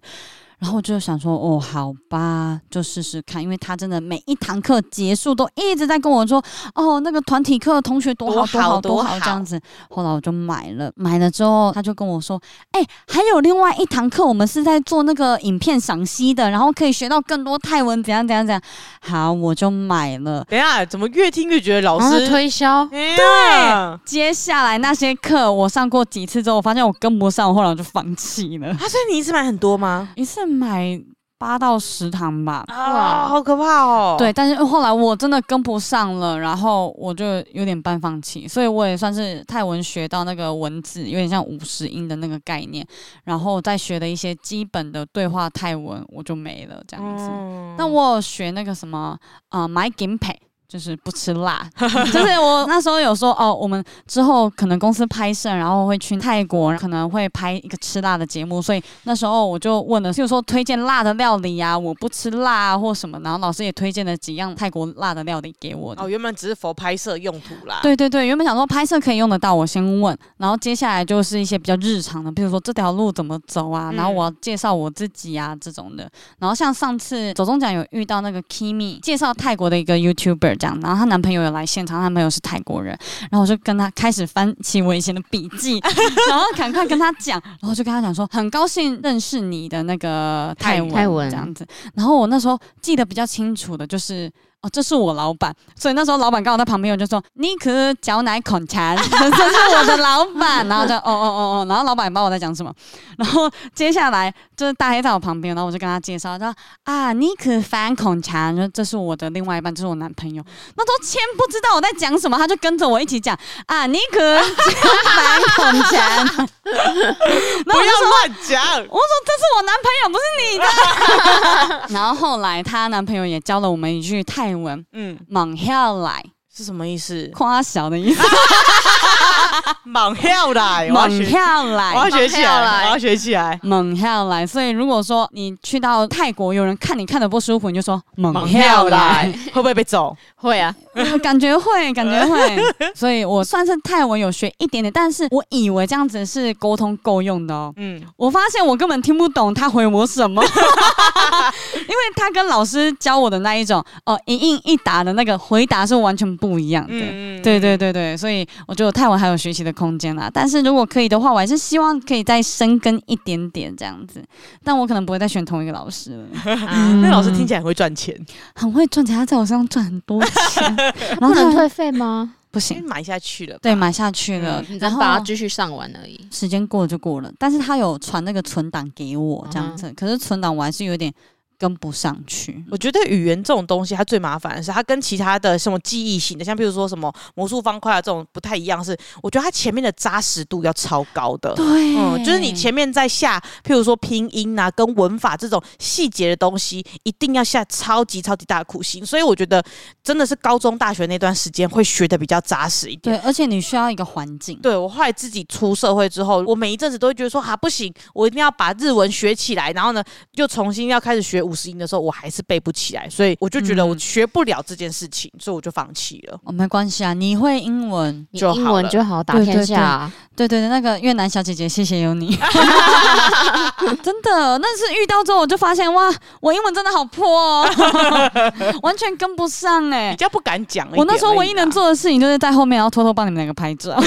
S1: 然后我就想说，哦，好吧，就试试看，因为他真的每一堂课结束都一直在跟我说，哦，那个团体课同学多好
S2: 多
S1: 多
S2: 好
S1: 好多
S2: 多
S1: 好这
S2: 好
S1: 样子。后来我就买了，买了之后他就跟我说，哎、还有另外一堂课，我们是在做那个影片赏析的，然后可以学到更多泰文，怎样怎样怎样。好，我就买了。
S2: 等一下，怎么越听越觉得老
S3: 然后
S1: 啊
S2: 师哎
S3: 推销，
S2: 对，
S1: 接下来那些课我上过几次之后，我发现我跟不上，我后来我就放弃了。
S2: 啊，所以你一次买很多吗？
S1: 一次买八到十堂吧。
S2: 啊，好可怕哦！
S1: 对，，但是后来我真的跟不上了，然后我就有点半放弃，所以我也算是泰文学到那个文字，有点像五十音的那个概念，然后再学的一些基本的对话泰文，我就没了这样子。
S2: 嗯
S1: 但我有学那个什么啊，买金配。就是不吃辣， 就是我那时候有说哦，我们之后可能公司拍摄，然后会去泰国，可能会拍一个吃辣的节目，所以那时候我就问了，譬如说推荐辣的料理啊，我不吃辣啊或什么，然后老师也推荐了几样泰国辣的料理给我。
S2: 哦，原本只是佛拍摄用途啦。，
S1: 对对对，原本想说拍摄可以用得到，我先问，然后接下来就是一些比较日常的，比如说这条路怎么走啊，
S2: 嗯
S1: 然后我要介绍我自己啊这种的。然后像上次左中奖有遇到那个 Kimi 介绍泰国的一个 YouTuber 这样，然后她男朋友有来现场，她男朋友是泰国人，然后我就跟她开始翻起我以前的笔 记，然后赶快跟她讲，然后就跟她讲说很高兴认识你的那个泰
S2: 泰语
S1: 文
S3: 泰文
S1: 这样子。然后我那时候记得比较清楚的就是。哦，这是我老板，所以那时候老板刚好在旁边，我就说你可脚奶孔馋， 这是我的老板，然后就哦哦哦哦，然后老板也不知道我在讲什么， 然后接下来就是大黑在我旁边，然后我就跟他介绍，他说啊，你可反孔馋，说这是我的另外一半，这是我男朋友，那时候千不知道我在讲什么，他就跟着我一起讲啊，你 可反孔馋，然后
S2: 不要
S1: 我就说
S2: 乱讲。
S1: 我说这是我男朋友，不是 你的。然后后来她男朋友也教了我们一句泰文
S2: 嗯，啊
S1: “猛下来
S2: 是什么意思”，？
S1: 夸小的意思
S2: 猛跳哦来，
S1: “
S2: 哎我要
S1: 猛
S2: 学，
S1: 下
S2: 我
S1: 来
S2: 要学起
S3: 猛跳
S2: 来，
S3: 来
S2: 我要学起来”。。
S1: 猛下来，所以如果说你去到泰国，有人看你看的不舒服，你就说“猛
S2: 猛
S1: 下
S2: 跳
S1: 来
S2: 来，会不会被揍？
S3: 会啊，”，
S1: 嗯感觉会，感觉 会。所以我算是泰文有学一点点，但是我以为这样子是沟通够用的哦。
S2: 嗯，
S1: 我发现我根本听不懂他回我什 么，因为他跟老师教我的那一种哦一应一答的那个回答是完全不一样的。
S2: 嗯嗯
S1: 对对对对，所以我觉得我泰文还有学习的空间啦。但是如果可以的话，我还是希望可以再深耕一点点这样子。但我可能不会再选同一个老师了，嗯
S3: 啊
S2: 那老师听起来很会赚钱，
S1: 很会赚钱，他在我身上赚很多 钱，然后
S3: 不能
S1: 他
S3: 退费吗？
S1: 不
S2: 因为
S1: 行，
S2: 哎买下去了吧。
S1: 对，买下去了
S3: 嗯，你只
S1: 然
S3: 能
S1: 后
S3: 把它继续上完而已。
S1: 时间过了就过了，但是他有传那个存档给我这样子，
S2: 嗯
S1: 可是存档我还是有点跟不上去。
S2: 我觉得语言这种东西，它最麻烦的是它跟其他的什么记忆型的，像比如说什么魔术方块啊这种不太一样是，我觉得它前面的扎实度要超高的。
S1: 对
S2: 嗯，就是你前面在下，譬如说拼音啊、跟文法这种细节的东西，一定要下超级超级大的苦心。所以我觉得真的是高中、大学那段时间会学的比较扎实一点。
S1: 对，而且你需要一个环境。
S2: 对我后来自己出社会之后，我每一阵子都会觉得说，哈、不行，我一定要把日文学起来。然后呢，又重新要开始学五十音的时候，我还是背不起来，所以我就觉得我
S1: 嗯
S2: 学不了这件事情，所以我就放弃了。
S1: 哦，没关系啊，你会英文，
S3: 你
S2: 就好
S3: 英文
S2: 了
S3: 就好打
S1: 对
S3: 天
S1: 对
S3: 下啊，
S1: 对对对，那个越南小姐姐，谢谢有 你，真的。但是遇到之后，我就发现哇，我英文真的好破哦， 完全跟不上哎、
S2: 比较不敢讲一点而已
S1: 我
S2: 啦。
S1: 那时候唯一能做的事情就是在后面，然后偷偷帮你们两个拍照，
S2: 啊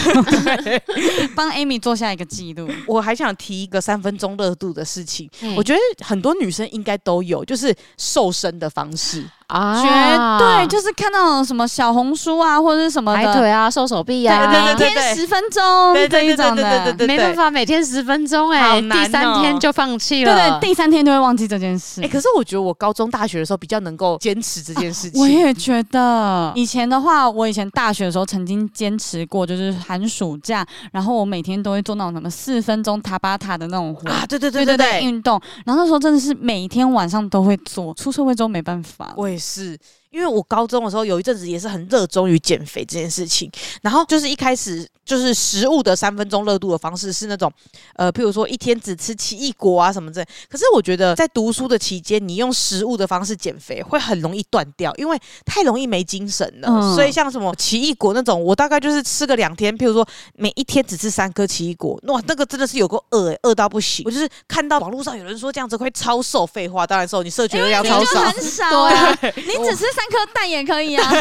S1: 帮 Amy 做下一个记录。
S2: 我还想提一个三分钟热度的事情，
S3: 嗯
S2: 我觉得很多女生应该都有，就是瘦身的方式。
S1: 绝
S3: 啊
S1: 对就是看到什么小红书啊，或者是什么
S3: 抬
S1: 的，
S3: 腿啊，瘦手臂
S1: 对
S3: 啊，
S1: 每
S2: 对对
S1: 天十分钟
S2: 对
S1: 这
S2: 对
S1: 一
S2: 对对
S1: 种
S2: 对对对
S1: 哦的，
S2: 对，
S3: 没办。法，每天十分钟哎、
S2: 好难哦
S3: 第三天就放弃
S1: 对
S3: 了。
S1: 对，第三天就会忘记这件事
S2: 哎、。可是我觉得我高中、大学的时候比较能够坚持这件事情。
S1: 我也觉得，以前的话，我以前大学的时候曾经坚持过，就是寒暑假，然后我每天都会做那种什么四分钟塔巴塔的那种活，
S2: 啊，对对
S1: 对
S2: 对对对，
S1: 运动。然后那时候真的是每天晚上都会做，出社会之后没办法了。
S2: 我也是，因因为我高中的时候有一阵子也是很热衷于减肥这件事情，然后就是一开始就是食物的三分钟热度的方式是那种，呃，譬如说一天只吃奇异果啊什么之类。可是我觉得在读书的期间，你用食物的方式减肥会很容易断掉，因为太容易没精神了。
S1: 嗯
S2: 所以像什么奇异果那种，我大概就是吃个两天，譬如说每一天只吃三颗奇异果，哇，那个真的是有够饿、欸，饿到不行。我就是看到网络上有人说这样子会超瘦，废话，当然瘦，你摄取热量
S1: 哎你
S2: 超
S1: 就
S2: 少。
S1: 很少啊，你只吃三颗蛋也可以啊。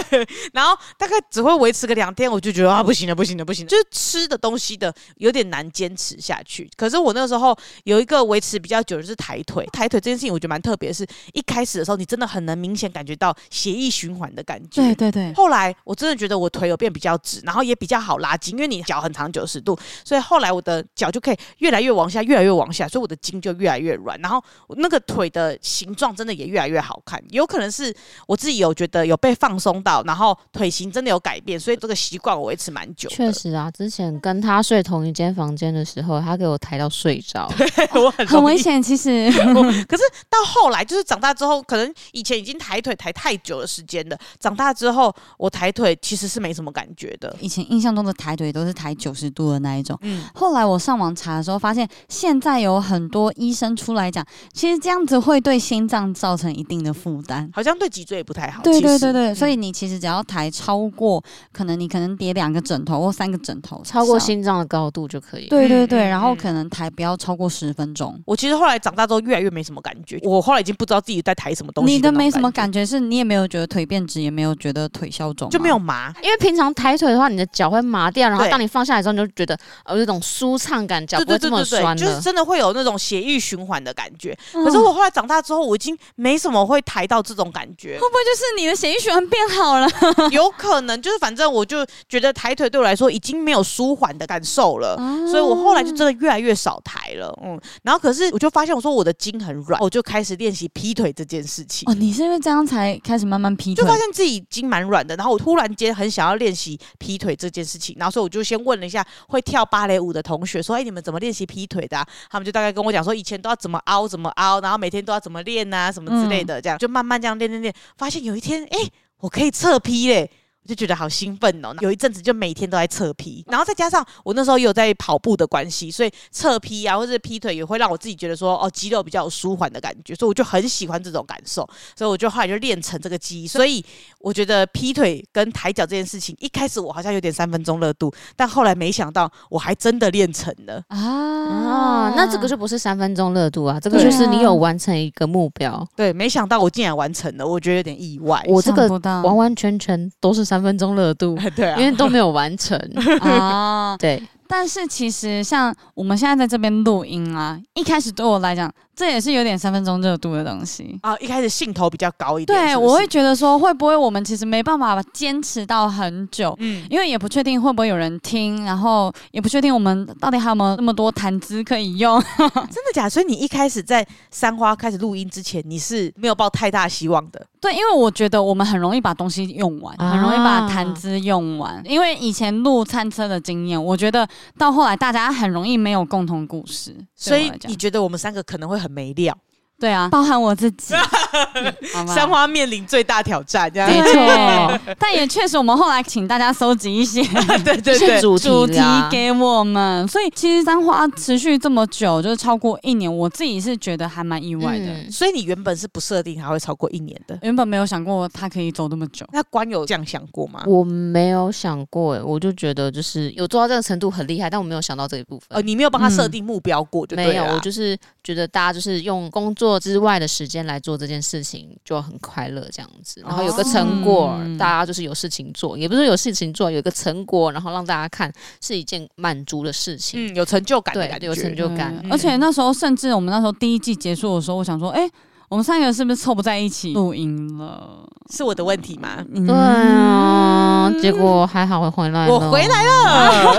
S2: 然后大概只会维持个两天，我就觉得啊，不行了，不行了，不行了，就是吃的东西的有点难坚持下去。可是我那时候有一个维持比较久的是抬腿，抬腿这件事情我觉得蛮特别的是，一开始的时候你真的很能明显感觉到血液循环的感觉。
S1: 对对对，
S2: 后来我真的觉得我腿有变比较直，然后也比较好拉筋，因为你脚很长九十度，所以后来我的脚就可以越来越往下，越来越往下，所以我的筋就越来越软，然后我那个腿的形状真的也越来越好看。有可能是我自己有觉得有被放松到，然后腿型真的有改变，所以这个习惯我维持蛮久的。
S3: 确实啊，之前跟他睡同一间房间的时候，他给我抬到睡着，
S2: 我很
S1: 很
S2: 容 易
S1: 危险，其实
S2: 可是到后来，就是长大之后，可能以前已经抬腿抬太久的时间了。长大之后，我抬腿其实是没什么感觉的。
S1: 以前印象中的抬腿都是抬九十度的那一种。
S2: 嗯，
S1: 后来我上网查的时候，发现现在有很多医生出来讲，其实这样子会对心脏造成一定的负担。
S2: 好像对脊椎也不太好。
S1: 对
S2: 其
S1: 对
S2: 实
S1: 对对，
S2: 嗯
S1: 所以你其实只要抬超过，可能你可能叠两个枕头或三个枕头，
S3: 超过。心脏的高度就可以。
S1: 啊对对对，
S2: 嗯嗯
S1: 然后
S2: 嗯
S1: 可能抬不要超过十分钟。
S2: 我其实后来长大之后越来越没什么感觉，我后来已经不知道自己在抬什么东西。
S1: 你的没什么感
S2: 觉，
S1: 觉，是你也没有觉得腿变直，也没有觉得腿消肿吗，
S2: 就没有麻。
S3: 因为平常抬腿的话，你的脚会麻掉，然后
S2: 对
S3: 当你放下来之后，你就觉得呃有一种舒畅感，脚
S2: 对
S3: 不会
S2: 对对
S3: 这么
S2: 对对，
S3: 酸
S2: 就是
S3: 了。
S2: 真的会有那种血液循环的感觉。
S1: 嗯。
S2: 可是我后来长大之后，我已经没什么会抬到这种感 觉，
S1: 会不会就是你的血液循环变好 了？
S2: 有可能就是反正我就觉得抬腿对我来说已经没有舒缓的感受了。
S1: 啊
S2: 所以我后来就真的越来越少抬了，嗯，然后可是我就发现我说我的筋很软，我就开始练习劈腿这件事情
S1: 哦，，你是因为这样才开始慢慢劈
S2: 就
S1: 腿啊
S2: 发？现自己筋蛮软的，然后我突然间很想要练习劈腿这件事情，然后所以我就先问了一下会跳芭蕾舞的同学，说：“哎，你们怎么练习劈腿的啊、他们就大概跟我讲说，以前都要怎么凹怎么凹，然后每天都要怎么练啊，什么之类的，这样就慢慢这样练练练，发现有一天，哎，我可以侧劈嘞。我就觉得好兴奋哦！有一阵子就每天都在侧劈，然后再加上我那时候也有在跑步的关系，所以侧劈啊，或者是劈腿也会让我自己觉得说，哦，肌肉比较有舒缓的感觉，所以我就很喜欢这种感受，所以我就后来就练成这个肌。所以我觉得劈腿跟抬脚这件事情，一开始我好像有点三分钟热度，但后来没想到我还真的练成了。
S1: 啊
S3: 啊，那这个就不是三分钟热度啊，这个
S1: 对
S3: 就是你
S1: 啊
S3: 有完成一个目标，
S2: 对，没想到我竟然完成了，我觉得有点意外。
S3: 我这
S1: 想
S3: 个
S1: 不到
S3: 完完全全都是三分钟热度，
S2: 对啊
S3: 因，为都没有 完成。。
S1: 啊
S3: 对，
S1: 但是其实像我们现在在这边录音啊，一开始对我来讲，这也是有点三分钟热度的东西。
S2: 啊，一开始兴头比较高一点。
S1: 对，
S2: 是不是
S1: 我会觉得说，会不会我们其实没办法坚持到很久？
S2: 嗯，
S1: 因为也不确定会不会有人听，然后也不确定我们到底还有没有那么多谈资可以用。
S2: 真的假的所以你一开始在三花开始录音之前，你是没有抱太大希望的。
S1: 对，因为我觉得我们很容易把东西用完，
S3: 啊
S1: 很容易把谈资用完。因为以前录餐车的经验，我觉得到后来大家很容易没有共同故事，
S2: 所
S1: 对
S2: 以
S1: 我来讲
S2: 你觉得我们三个可能会很没料，
S1: 对啊，包含我自己，嗯好吧
S2: 三花面临最大挑战，这样
S3: 没错，
S1: 但也确实，我们后来请大家搜集一些
S2: 对 对
S3: 一
S2: 对
S3: 些，主题
S1: 主
S3: 啊
S1: 题
S3: 啦
S1: 给我们，所以其实三花持续这么久，就是超过一年，我自己是觉得还蛮意外的。
S3: 嗯
S2: 所以你原本是不设定还会超过一年的。
S1: 原本没有想过它可以走那么久，
S2: 那关有这样想过吗？
S3: 我没有想过，欸我就觉得就是有做到这个程度很厉害，但我没有想到这一部分。
S2: 呃，你没有帮他设
S1: 嗯
S2: 定目标过，就对
S3: 没有，
S2: 了啊啦
S3: 我就是觉得大家就是用工作之外的时间来做这件事情，就很快乐这样
S2: 哦
S3: 子。然后有个成果，
S1: 哦
S3: 大家就是有事情做，也不是有事情做，有一个成果，然后让大家看是一件满足的事情。
S2: 嗯，有成就感的
S3: 对
S2: 感，觉，
S3: 有成就感。
S1: 嗯而且那时候，甚至我们那时候第一季结束的时候，我想说，哎、我们三个是不是凑不在一起录音了？
S2: 是我的问题吗？
S1: 嗯
S3: 对啊，结果还好我回来了。
S2: 我回来了。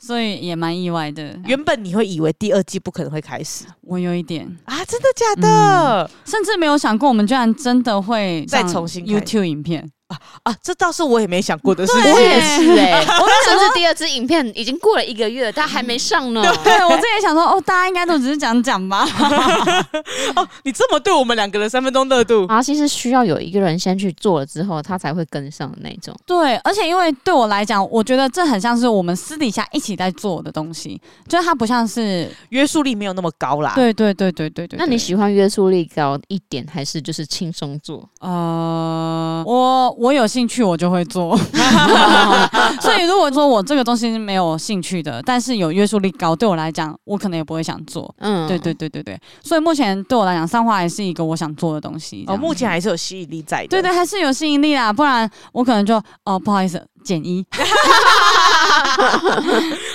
S1: 所以也蛮意外的。
S2: 原本你会以为第二季不可能会开始嗯
S1: 我有一点，
S2: 啊，真的假的？
S1: 甚至没有想过，我们居然真的会
S2: 再
S1: 上
S2: 重新开
S1: YouTube 影片。
S2: 啊，这倒是我也没想过的事
S1: 对
S3: 我
S2: 情。
S3: 也是 哎、我那时候是第二支影片已经过了一个月，它还没上 呢。
S1: 对我自己也想说，哦，大家应该都只是讲讲吧。
S2: 哦，你这么对我们两个人三分钟热度，
S3: 阿西是需要有一个人先去做了之后，他才会跟上的那种。
S1: 对，而且因为对我来讲，我觉得这很像是我们私底下一起在做的东西，就是它不像是，啊
S2: 约束力没有那么高啦。
S1: 对对对对对对。
S3: 那你
S1: 对
S3: 喜欢约束力高一点，还是就是轻松做？
S1: 呃，我我有兴趣我就会做， 所以如果说我这个东西是没有兴趣的，但是有约束力高，对我来讲，我可能也不会想做。
S3: 嗯，
S1: 对对对对对，所以目前对我来讲，上画还是一个我想做的东西。这
S2: 哦，
S1: 样
S2: 目前还是有吸引力在的。
S1: 对对，还是有吸引力啦，不然我可能就哦不好意思减一。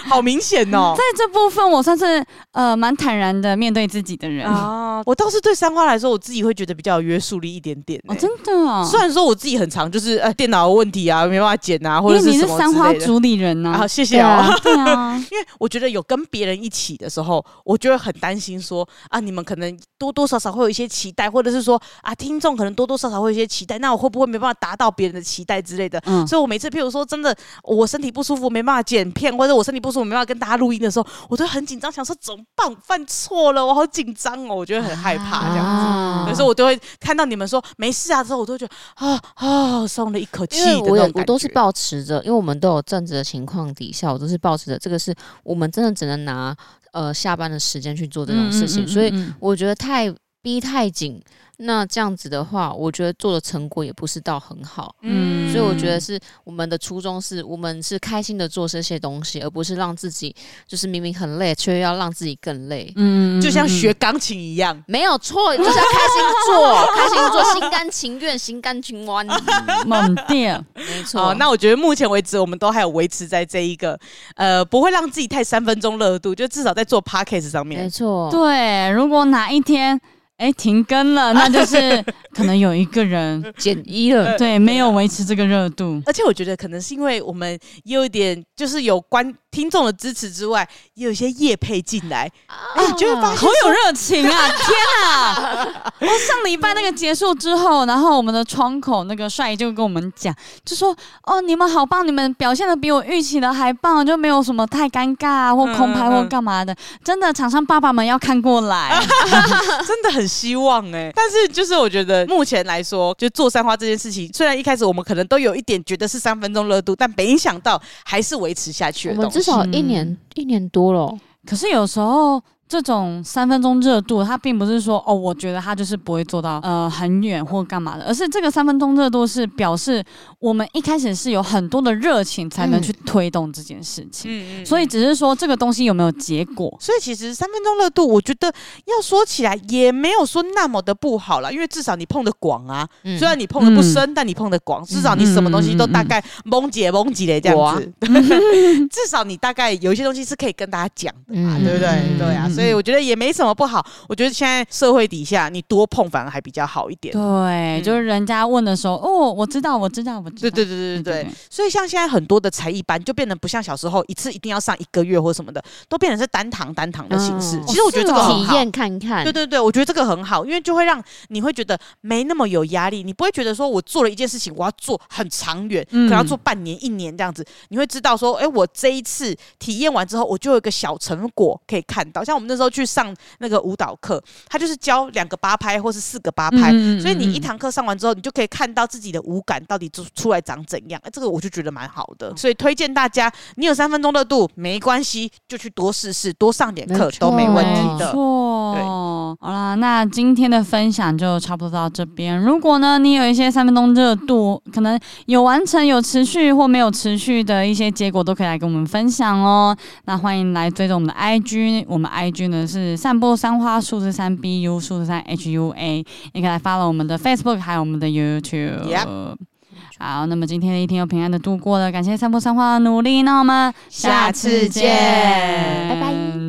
S2: 好明显哦。
S1: 在这部分，我算是呃蛮坦然的面对自己的人。哦，
S2: 啊，我倒是对三花来说，我自己会觉得比较有约束力一点点、欸。
S1: 真的哦，
S2: 虽然说我自己很常就是呃电脑有问题啊，没办法剪啊，或
S1: 因
S2: 者
S1: 为你
S2: 什
S1: 是
S2: 么
S1: 三花
S2: 之类的。
S1: 主理人呐、
S2: 啊，谢
S3: 对
S2: 谢哦。
S3: 啊，
S1: 对啊，
S2: 因为我觉得有跟别人一起的时候，我就会很担心说啊，你们可能多多少少会有一些期待，或者是说啊，听众可能多多少少会有一些期待，那我会不会没办法达到别人的期待之类的？
S1: 嗯，
S2: 所以我每次，譬如说真的我身体不舒服没办法剪片，或者我身体不舒服没办法跟大家录音的时候，我都很紧张，想说怎么办？我犯错了，我好紧张哦，我觉得很害怕这样子。
S3: 啊
S2: 有时候我都会看到你们说没事啊之后，我都觉得啊啊松了一口气的那
S3: 因为
S2: 种
S3: 我有我
S2: 感
S3: 都是
S2: 觉
S3: 保持着，因为我们都有正职的情况底下，我都是保持着这个是我们真的只能拿呃下班的时间去做这种事情，
S1: 嗯
S3: 所以
S1: 以
S3: 我觉得太逼太紧，那这样子的话，我觉得做的成果也不是到很好。
S1: 嗯
S3: 所以我觉得是我们的初衷是，我们是开心的做这些东西，而不是让自己就是明明很累，却要让自己更累。
S1: 嗯
S2: 就像学钢琴一样。
S3: 没有错，就是要开心做， 开心做，心甘情愿，心甘情愿，
S1: 猛电，
S3: 没错。
S2: 哦，那我觉得目前为止，我们都还有维持在这一个，呃，不会让自己太三分钟热度，就至少在做 podcast 上
S3: 没
S2: 面。
S3: 错，
S1: 哦对，如果哪一天哎停更了，那就是可能有一个 人
S3: 减一了。
S1: 对没有维持这个热度。
S2: 而且我觉得可能是因为我们也有一点，就是有关听众的支持之外，也有一些业配进来，
S3: 哦
S2: 哎、就会发 现
S1: 好有热情啊！天啊！我上礼拜那个结束之后，然后我们的窗口那个帅就跟我们讲，就说：“哦，你们好棒，你们表现的比我预期的还棒，就没有什么太尴尬啊或空拍或干嘛的。真的，厂商爸爸们要看过来。
S2: 真的很希望哎、但是就是我觉得目前来说，就做三花这件事情，虽然一开始我们可能都有一点觉得是三分钟热度，但没想到还是维持下去
S3: 我
S2: 的
S3: 们
S2: 东
S3: 至
S2: 西。
S3: 少一年一年多了哦，
S1: 可是有时候。”这种三分钟热度，它并不是说哦，我觉得它就是不会做到呃很远或干嘛的，而是这个三分钟热度是表示我们一开始是有很多的热情才能
S3: 嗯
S1: 去推动这件事情。
S2: 嗯
S1: 所以只是说这个东西有没有结果。
S2: 所以其实三分钟热度，我觉得要说起来也没有说那么的不好啦，因为至少你碰的广啊，
S3: 嗯
S2: 虽然你碰的不深，但你碰的广，至少你什么东西都大概蒙解蒙解的这样子， 至少你大概有一些东西是可以跟大家讲的嘛，
S3: 嗯
S2: 对不对？
S1: 嗯
S2: 对啊，
S1: 嗯
S2: 所以我觉得也没什么不好。我觉得现在社会底下，你多碰反而还比较好一点。
S1: 对，就是人家问的时候，哦，我知道，我知道，我知
S2: 对
S1: 道。
S2: 对对对对
S3: 嗯
S2: 对，所以像现在很多的才艺班，就变得不像小时候一次一定要上一个月或什么的，都变成是单堂单堂的形式
S3: 嗯。
S2: 其实我觉得这个
S1: 哦
S2: 很
S3: 体
S2: 好。
S3: 验看看，
S2: 对对对，我觉得这个很好，因为就会让你会觉得没那么有压力，你不会觉得说我做了一件事情，我要做很长远，
S1: 嗯
S2: 可能要做半年、一年这样子，你会知道说，哎，我这一次体验完之后，我就有一个小成果可以看到。像我们那时候去上那个舞蹈课，他就是教两个八拍或是四个八拍。
S1: 嗯
S2: 所以你一堂课上完之后，你就可以看到自己的舞感到底出出来长怎样，哎这个我就觉得蛮好的。
S1: 嗯
S2: 所以推荐大家，你有三分钟热度没关系，就去多试试，多上点课
S3: 没错
S2: 都没问题
S1: 没
S2: 的。
S1: 错，好啦，那今天的分享就差不多到这边。如果呢，你有一些三分钟热度，可能有完成、有持续或没有持续的一些结果，都可以来跟我们分享哦。那欢迎来追踪我们的 IG，我们 IG 呢是散步三花数字三 BU 数字三 HUA，也可以来 follow 我们的 Facebook，还有我们的 YouTube。
S2: Yep
S1: 好，那么今天的一天又平安的度过了，感谢散步三花的努力，那我们
S2: 下次见
S3: 拜拜
S1: 啊
S2: 啊